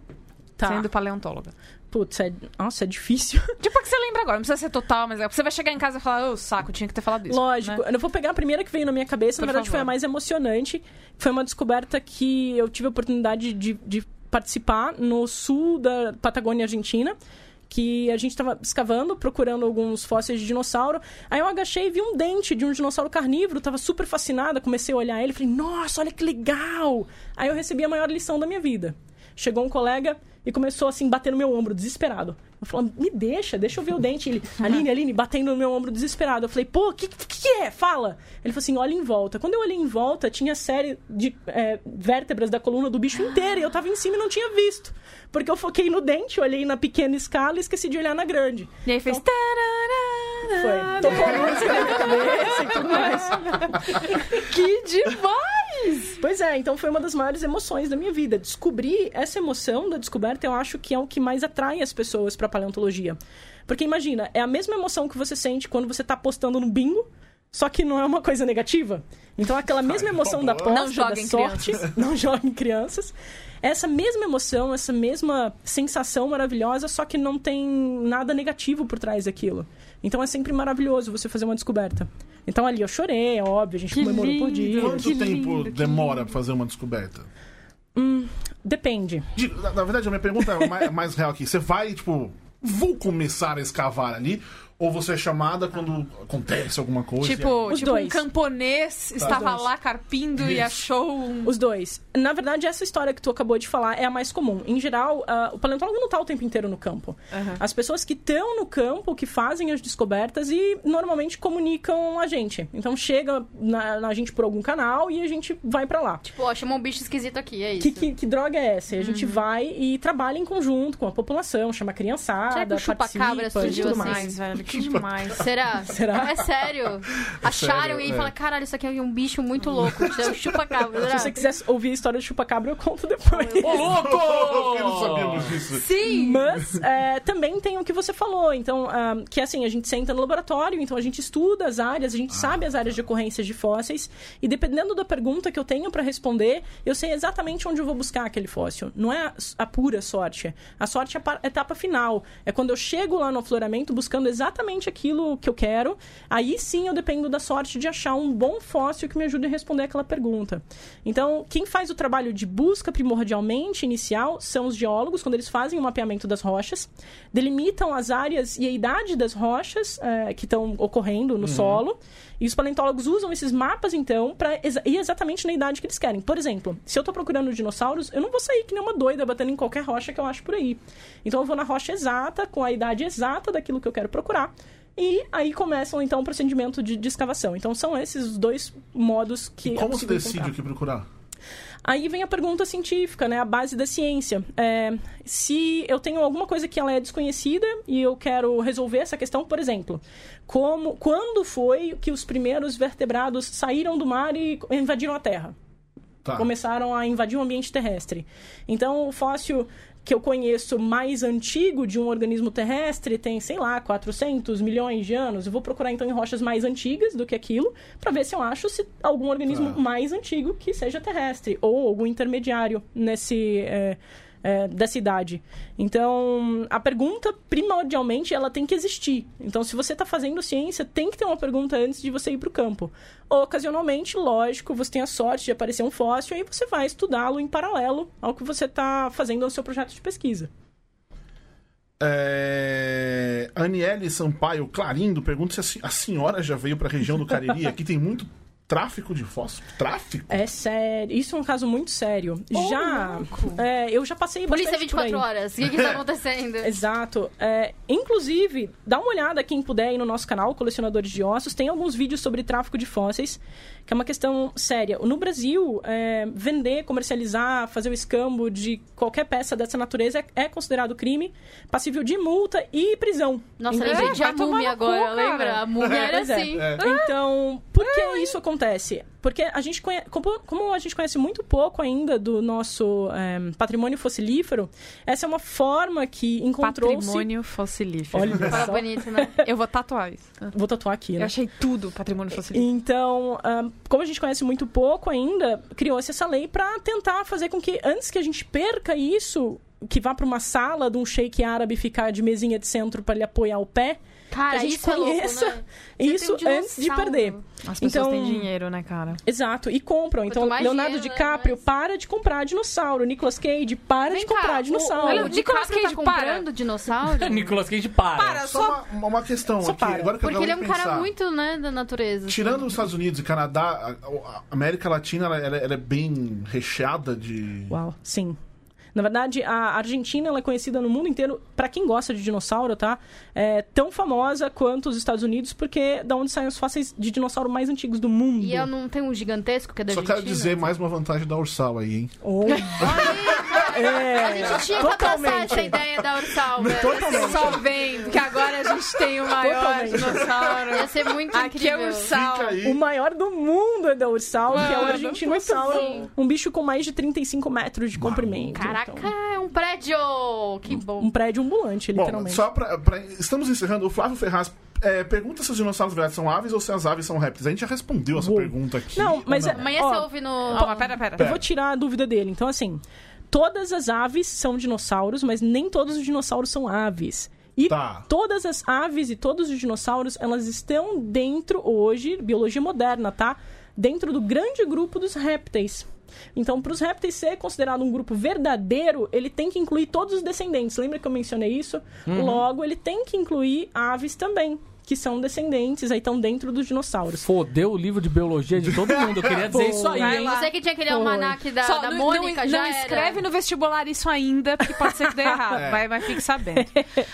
F: Tá.
G: sendo paleontóloga.
F: Putz, é... nossa, é difícil.
G: Tipo a que você lembra agora, não precisa ser total, mas é- você vai chegar em casa e falar, ô saco, tinha que ter falado isso.
F: Lógico.
G: né?
F: Eu vou pegar a primeira que veio na minha cabeça,
G: Por
F: na verdade
G: favor.
F: foi a mais emocionante. Foi uma descoberta que eu tive a oportunidade de, de participar no sul da Patagônia Argentina. Que a gente estava escavando, procurando alguns fósseis de dinossauro. Aí eu agachei e vi um dente de um dinossauro carnívoro, tava super fascinada, comecei a olhar ele, falei, nossa, olha que legal! Aí eu recebi a maior lição da minha vida. Chegou um colega e começou assim, bater no meu ombro, desesperado. Eu falei, me deixa, deixa eu ver o dente. Ele, Aline, Aline, batendo no meu ombro, desesperado. Eu falei, pô, o que, que que é? Fala! Ele falou assim, olha em volta. Quando eu olhei em volta, tinha série de é, vértebras da coluna do bicho inteira e eu tava em cima e não tinha visto. Porque eu foquei no dente, olhei na pequena escala e esqueci de olhar na grande.
G: E aí fez.
F: Foi.
G: tararara.
F: Tocou a música na minha cabeça e tudo mais.
G: Que demais!
F: Pois é, então foi uma das maiores emoções da minha vida. Descobrir essa emoção da descoberta, eu acho que é o que mais atrai as pessoas para paleontologia. Porque imagina, é a mesma emoção que você sente quando você tá postando no bingo, só que não é uma coisa negativa. Então aquela mesma emoção da
G: Não
F: aposta, da
G: joguem
F: sorte, (laughs) não joguem crianças. Essa mesma emoção, essa mesma sensação maravilhosa, só que não tem nada negativo por trás daquilo. Então é sempre maravilhoso você fazer uma descoberta. Então ali eu chorei, é óbvio, a gente
G: Que
F: comemorou por
G: lindo.
F: dia.
A: Quanto
G: Que
A: tempo
G: lindo, que
A: demora pra fazer uma descoberta?
F: Depende.
A: De- Na, na verdade, a minha pergunta é mais, (laughs) mais real aqui. Você vai, tipo, vou começar a escavar ali? Ou você é chamada quando acontece alguma coisa? (laughs)
G: Tipo,
F: Os
G: tipo um
F: dois.
G: camponês estava
F: dois.
G: lá carpindo e
A: Isso.
G: achou um.
F: Os dois. Na verdade, essa história que tu acabou de falar é a mais comum. Em geral, ah, o paleontólogo não está o tempo inteiro no campo. As pessoas que estão no campo, que fazem as descobertas e normalmente comunicam a gente. Então chega na, na gente por algum canal e a gente vai para lá.
C: Tipo, ó, chamou um bicho esquisito aqui, é isso.
F: Que, que, que droga é essa? E a gente vai e trabalha em conjunto com a população, chama a criançada,
C: Será que o chupa-cabra
F: participa e
C: surgiu
F: tudo
C: assim?
F: mais.
G: Demais, velho. Que demais.
C: Será?
F: Será?
C: É sério. Acharam
A: sério,
C: e
A: é.
C: falaram, caralho, isso aqui é um bicho muito louco. Isso é um chupa-cabra.
F: Se
C: será?"
F: você quiser ouvir a história do chupa-cabra, eu conto depois.
B: Ô, (laughs)
A: Porque não sabíamos
B: louco!
A: disso.
G: Sim!
F: Mas é, também tem o que você falou, então, ah, que assim, a gente senta no laboratório, então a gente estuda as áreas, a gente sabe as áreas de ocorrências de fósseis, e dependendo da pergunta que eu tenho para responder, eu sei exatamente onde eu vou buscar aquele fóssil. Não é a, a pura sorte. A sorte é a pa- etapa final. É quando eu chego lá no afloramento buscando exatamente aquilo que eu quero, aí sim eu dependo da sorte de achar um bom fóssil que me ajude a responder aquela pergunta. Então, quem faz o trabalho de busca primordialmente inicial são os geólogos, quando eles fazem o mapeamento das rochas, delimitam as áreas e a idade das rochas eh, que estão ocorrendo
A: Uhum.
F: no solo. E os paleontólogos usam esses mapas, então, para ir exatamente na idade que eles querem. Por exemplo, se eu tô procurando dinossauros, eu não vou sair que nem uma doida batendo em qualquer rocha que eu acho por aí. Então, eu vou na rocha exata, com a idade exata daquilo que eu quero procurar. E aí começam, então, o procedimento de, de escavação. Então, são esses os dois modos que. é
A: Como se
F: possível
A: decide
F: encontrar.
A: o que procurar?
F: Aí vem a pergunta científica, né? A base da ciência. É, se eu tenho alguma coisa que ela é desconhecida e eu quero resolver essa questão, por exemplo, como, quando foi que os primeiros vertebrados saíram do mar e invadiram a Terra?
A: Tá.
F: começaram a invadir o ambiente terrestre. Então, o fóssil que eu conheço mais antigo de um organismo terrestre tem, sei lá, 400 milhões de anos. Eu vou procurar então em rochas mais antigas do que aquilo para ver se eu acho se algum organismo
A: Tá.
F: mais antigo que seja terrestre ou algum intermediário nesse é, é, dessa idade. Então, a pergunta primordialmente ela tem que existir. Então, se você está fazendo ciência, tem que ter uma pergunta antes de você ir para o campo. Ocasionalmente, lógico, você tem a sorte de aparecer um fóssil e aí você vai estudá-lo em paralelo ao que você está fazendo no seu projeto de pesquisa.
A: É... Aniele Sampaio Clarindo pergunta se a se- a senhora já veio pra região do Cariri. Aqui tem muito tráfico de fósforo. Tráfico?
F: É sério, isso é um caso muito sério. já, é, eu já passei
C: Polícia
F: bastante por aí.
C: 24 horas. O que que tá acontecendo?
F: Exato. É, inclusive, dá uma olhada quem puder aí no nosso canal, Colecionadores de Ossos. Tem alguns vídeos sobre tráfico de fósseis, que é uma questão séria. No Brasil, é, vender, comercializar, fazer o escambo de qualquer peça dessa natureza é, é considerado crime, passível de multa e prisão.
C: Nossa,
F: Inclusive,
C: lembrei de a
G: vai tomar
C: múmia
G: no cu,
C: agora,
G: cara.
C: lembra? A múmia
F: É,
C: era
F: pois é.
C: assim.
A: É.
F: Então, por que isso acontece? Porque a gente conhe... como, como a gente conhece muito pouco ainda do nosso eh, patrimônio fossilífero, essa é uma forma que encontrou-se.
G: Patrimônio fossilífero.
F: Olha
C: Fala
F: só,
C: bonito, né?
G: Eu vou tatuar isso.
F: vou tatuar aqui,
G: Eu
F: né?
G: achei tudo patrimônio fossilífero.
F: Então, ah, como a gente conhece muito pouco ainda, criou-se essa lei para tentar fazer com que, antes que a gente perca isso, que vá para uma sala de um sheik árabe ficar de mesinha de centro para ele apoiar o pé,
C: Cara,
F: a gente
C: isso é louco,
F: conheça
C: né?
F: isso
C: tem um
F: antes de
C: dinossauro.
F: perder.
G: As pessoas
F: Então-
G: têm dinheiro, né, cara?
F: Exato, e compram.
C: Quanto
F: Então,
C: mais
F: Leonardo
C: dinheiro, né,
F: DiCaprio
C: mais-
F: para de comprar dinossauro. Nicolas Cage para de comprar
C: Olha,
F: dinossauro.
C: o
G: Nicolas
C: Nicolas Cage
G: Cage,
C: tá comprando dinossauro?
B: (laughs) Nicolas Cage para.
A: Só uma, uma questão
F: só
A: aqui.
F: para.
A: Agora que eu
C: Porque ele é um
A: acabei de
C: cara
A: pensar.
C: muito, né, da natureza. assim.
A: Tirando os Estados Unidos e Canadá, a- a América Latina ela, ela- ela é bem recheada de.
F: Uau, sim. Na verdade, a Argentina ela é conhecida no mundo inteiro, para quem gosta de dinossauro, tá? É tão famosa quanto os Estados Unidos, porque da onde saem os fósseis de dinossauro mais antigos do mundo.
C: E eu não tenho um gigantesco que é da
A: Só
C: Argentina.
A: quero dizer mais uma vantagem da Ursal aí, hein?
F: Oh.
C: (laughs)
F: é,
C: A gente tinha que abraçar essa ideia da Ursal, velho.
G: Só vem, porque agora a
C: (laughs)
G: gente tem o maior
F: Totalmente.
G: dinossauro.
C: Ia ser muito
G: Aqui é
C: incrível.
G: o ursal.
A: Fica aí.
F: O maior do mundo é da Ursal, que é o
G: Mano,
F: Argentinossauro.
G: muito
F: Um bicho com mais de 35 metros de comprimento.
C: Caraca,
F: Então,
C: é um prédio! Que bom.
F: um prédio ambulante,
A: Bom,
F: literalmente.
A: só pra, pra- Estamos encerrando. O Flávio Ferraz é, pergunta se os dinossauros verdade são aves ou se as aves são répteis. A gente já respondeu essa
F: Bom.
A: pergunta aqui.
F: Não, mas é-
A: Ou
C: Amanhã
F: Ó,
C: você ouve no.
G: Calma, pera, pera.
F: Eu vou tirar a dúvida dele. Então, assim, todas as aves são dinossauros, mas nem todos os dinossauros são aves. E
A: Tá.
F: todas as aves e todos os dinossauros, elas estão dentro hoje, biologia moderna, tá? Dentro do grande grupo dos répteis. Então, para os répteis ser considerado um grupo verdadeiro, ele tem que incluir todos os descendentes. Lembra que eu mencionei isso? Logo, ele tem que incluir aves também, que são descendentes, aí estão dentro dos dinossauros.
B: Fodeu o livro de biologia de todo mundo. Eu queria dizer isso aí,
G: Vai
B: hein?
G: lá.
C: Você que tinha aquele
F: Foi.
C: almanac da,
G: Só
C: da
G: não,
C: Mônica,
G: não-
C: já
G: não
C: era.
G: escreve no vestibular isso ainda, porque pode ser que dê errado. Vai, vai fique sabendo.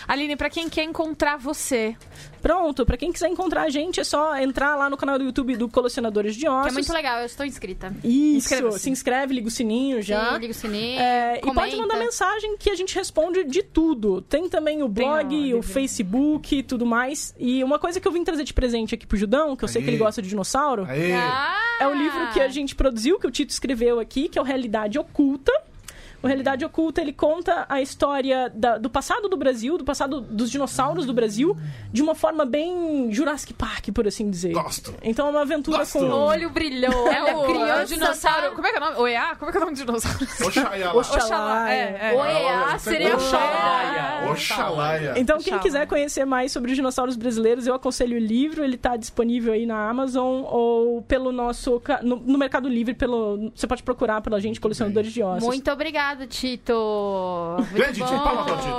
G: Aline, pra quem quer encontrar você,
F: Pronto, pra quem quiser encontrar a gente, é só entrar lá no canal do YouTube do Colecionadores de Ossos.
C: Que é muito legal, eu estou inscrita.
F: Isso,
G: Inscreva-se.
F: se inscreve, liga o sininho já.
C: Sim, liga o sininho.
F: É, e
C: comenta.
F: pode mandar mensagem que a gente responde de tudo. Tem também o blog,
G: Tem
F: o
G: live.
F: Facebook e tudo mais. E uma coisa que eu vim trazer de presente aqui pro Judão, que eu sei
A: Aí.
F: que ele gosta de dinossauro,
A: Aê!
C: Ah!
F: é o livro que a gente produziu, que o Tito escreveu aqui, que é o Realidade Oculta. O Realidade Oculta, ele conta a história da- do passado do Brasil, do passado dos dinossauros do Brasil, de uma forma bem Jurassic Park, por assim dizer.
A: Gosto.
F: Então é uma aventura
A: Gosto.
F: com...
C: O olho brilhou.
G: É o, é o
C: criança
G: dinossauro.
C: tá-
G: Como é que é o nome? Oiá? Como é que é o nome do dinossauro?
A: Oxaiá.
F: Oxalá.
G: Oxalá. É, é.
C: Oiá, seria
A: Oxalá.
B: Oxalaia.
A: Oxalaia.
F: Então, quem
G: Tchau.
F: quiser conhecer mais sobre os dinossauros brasileiros, eu aconselho o livro. Ele está disponível aí na Amazon ou pelo nosso ca- no, no Mercado Livre. Pelo, você pode procurar pela gente, colecionadores de ossos.
C: Muito obrigado, Tito. Muito
A: Grande Tito,
C: bom. É,
A: palma pra Tito.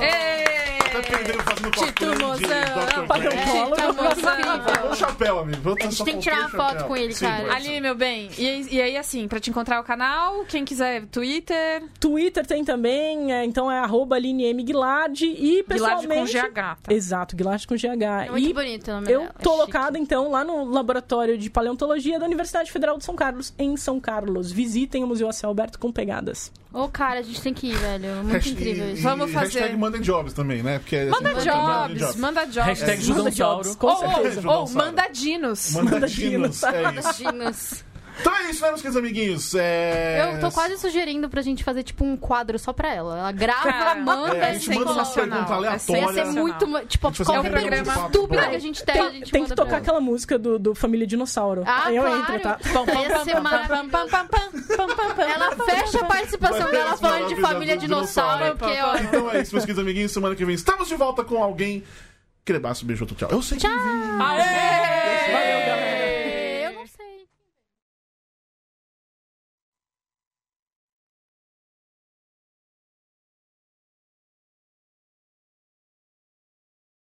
A: Tá perdendo fazendo cosplay de Dr.
F: Padrão
A: Dre.
F: Paulo.
A: Põe o chapéu, amigo. Vou-
C: gente
A: só
C: tem que
A: faltou
C: tirar
A: o
C: uma foto
A: chapéu.
C: com ele,
A: Sim,
C: cara.
A: pode ser.
G: Aline, meu bem. E, e aí, assim, pra te encontrar o canal, quem quiser, Twitter,
F: Twitter tem também, é, então é arroba Aline M. Guilard. E
G: Guilherme com
F: pessoalmente.
G: GH. Tá?
F: Exato, Guilard com GH.
C: É muito
F: e
C: bonito o nome
F: eu
C: dela, é
F: tô
C: chique.
F: locada, então, lá no Laboratório de Paleontologia da Universidade Federal de São Carlos, em São Carlos. Visitem o Museu Acel Alberto com pegadas.
C: Ô, cara, a gente tem que ir, velho. Muito
A: (laughs) Hashtag-
C: incrível
A: e-
C: isso.
G: Vamos
A: e
G: fazer.
A: Hashtag manda jobs também, né? Porque, assim,
G: Manda jobs, manda jobs.
B: Hashtag
A: Manda
B: Judãosauro.
F: jobs.
G: Ou,
F: Com
A: certeza,
G: ou, ou,
A: dinossauro.
G: manda dinos.
A: Manda
F: manda
A: dinos.
F: dinos.
A: É isso.
C: Dinos.
A: Então é isso, né, meus queridos amiguinhos? É...
C: Eu tô quase sugerindo pra gente fazer, tipo, um quadro só pra ela. Ela grava,
G: Cara,
C: manda
A: É, a gente
G: é
A: manda umas
G: Ah, sensacional.
A: perguntas
G: É
C: Ia
A: aleatórias.
C: ser
G: sensacional.
C: muito. Tipo,
A: A gente faz
C: qualquer
A: um
G: programa
C: pergunta
A: de papo
C: estúpida
A: bom.
C: que a gente tem, a
F: Tem,
C: gente
F: tem que
C: manda
F: tocar
C: pra ela.
F: aquela música do, do Família Dinossauro.
C: Ah,
F: Aí eu
C: claro.
F: entro, tá?
G: Pam, pam,
C: Ia
G: pam,
C: ser
G: pam,
C: maravilhoso.
G: pam, pam, pam, pam, pam, pam.
C: Ela
F: (laughs)
C: fecha a participação
A: Vai
C: dela
A: mesmo,
C: falando de
A: maravilhoso,
C: família
A: dinossauro.
C: dinossauro, porque, ó.
A: Então é isso, meus queridos amiguinhos. Semana que vem estamos de volta com alguém. Aquele abraço, beijo, outro tchau. Eu sei que
C: Tchau!
B: Aê!
C: é.
A: Valeu,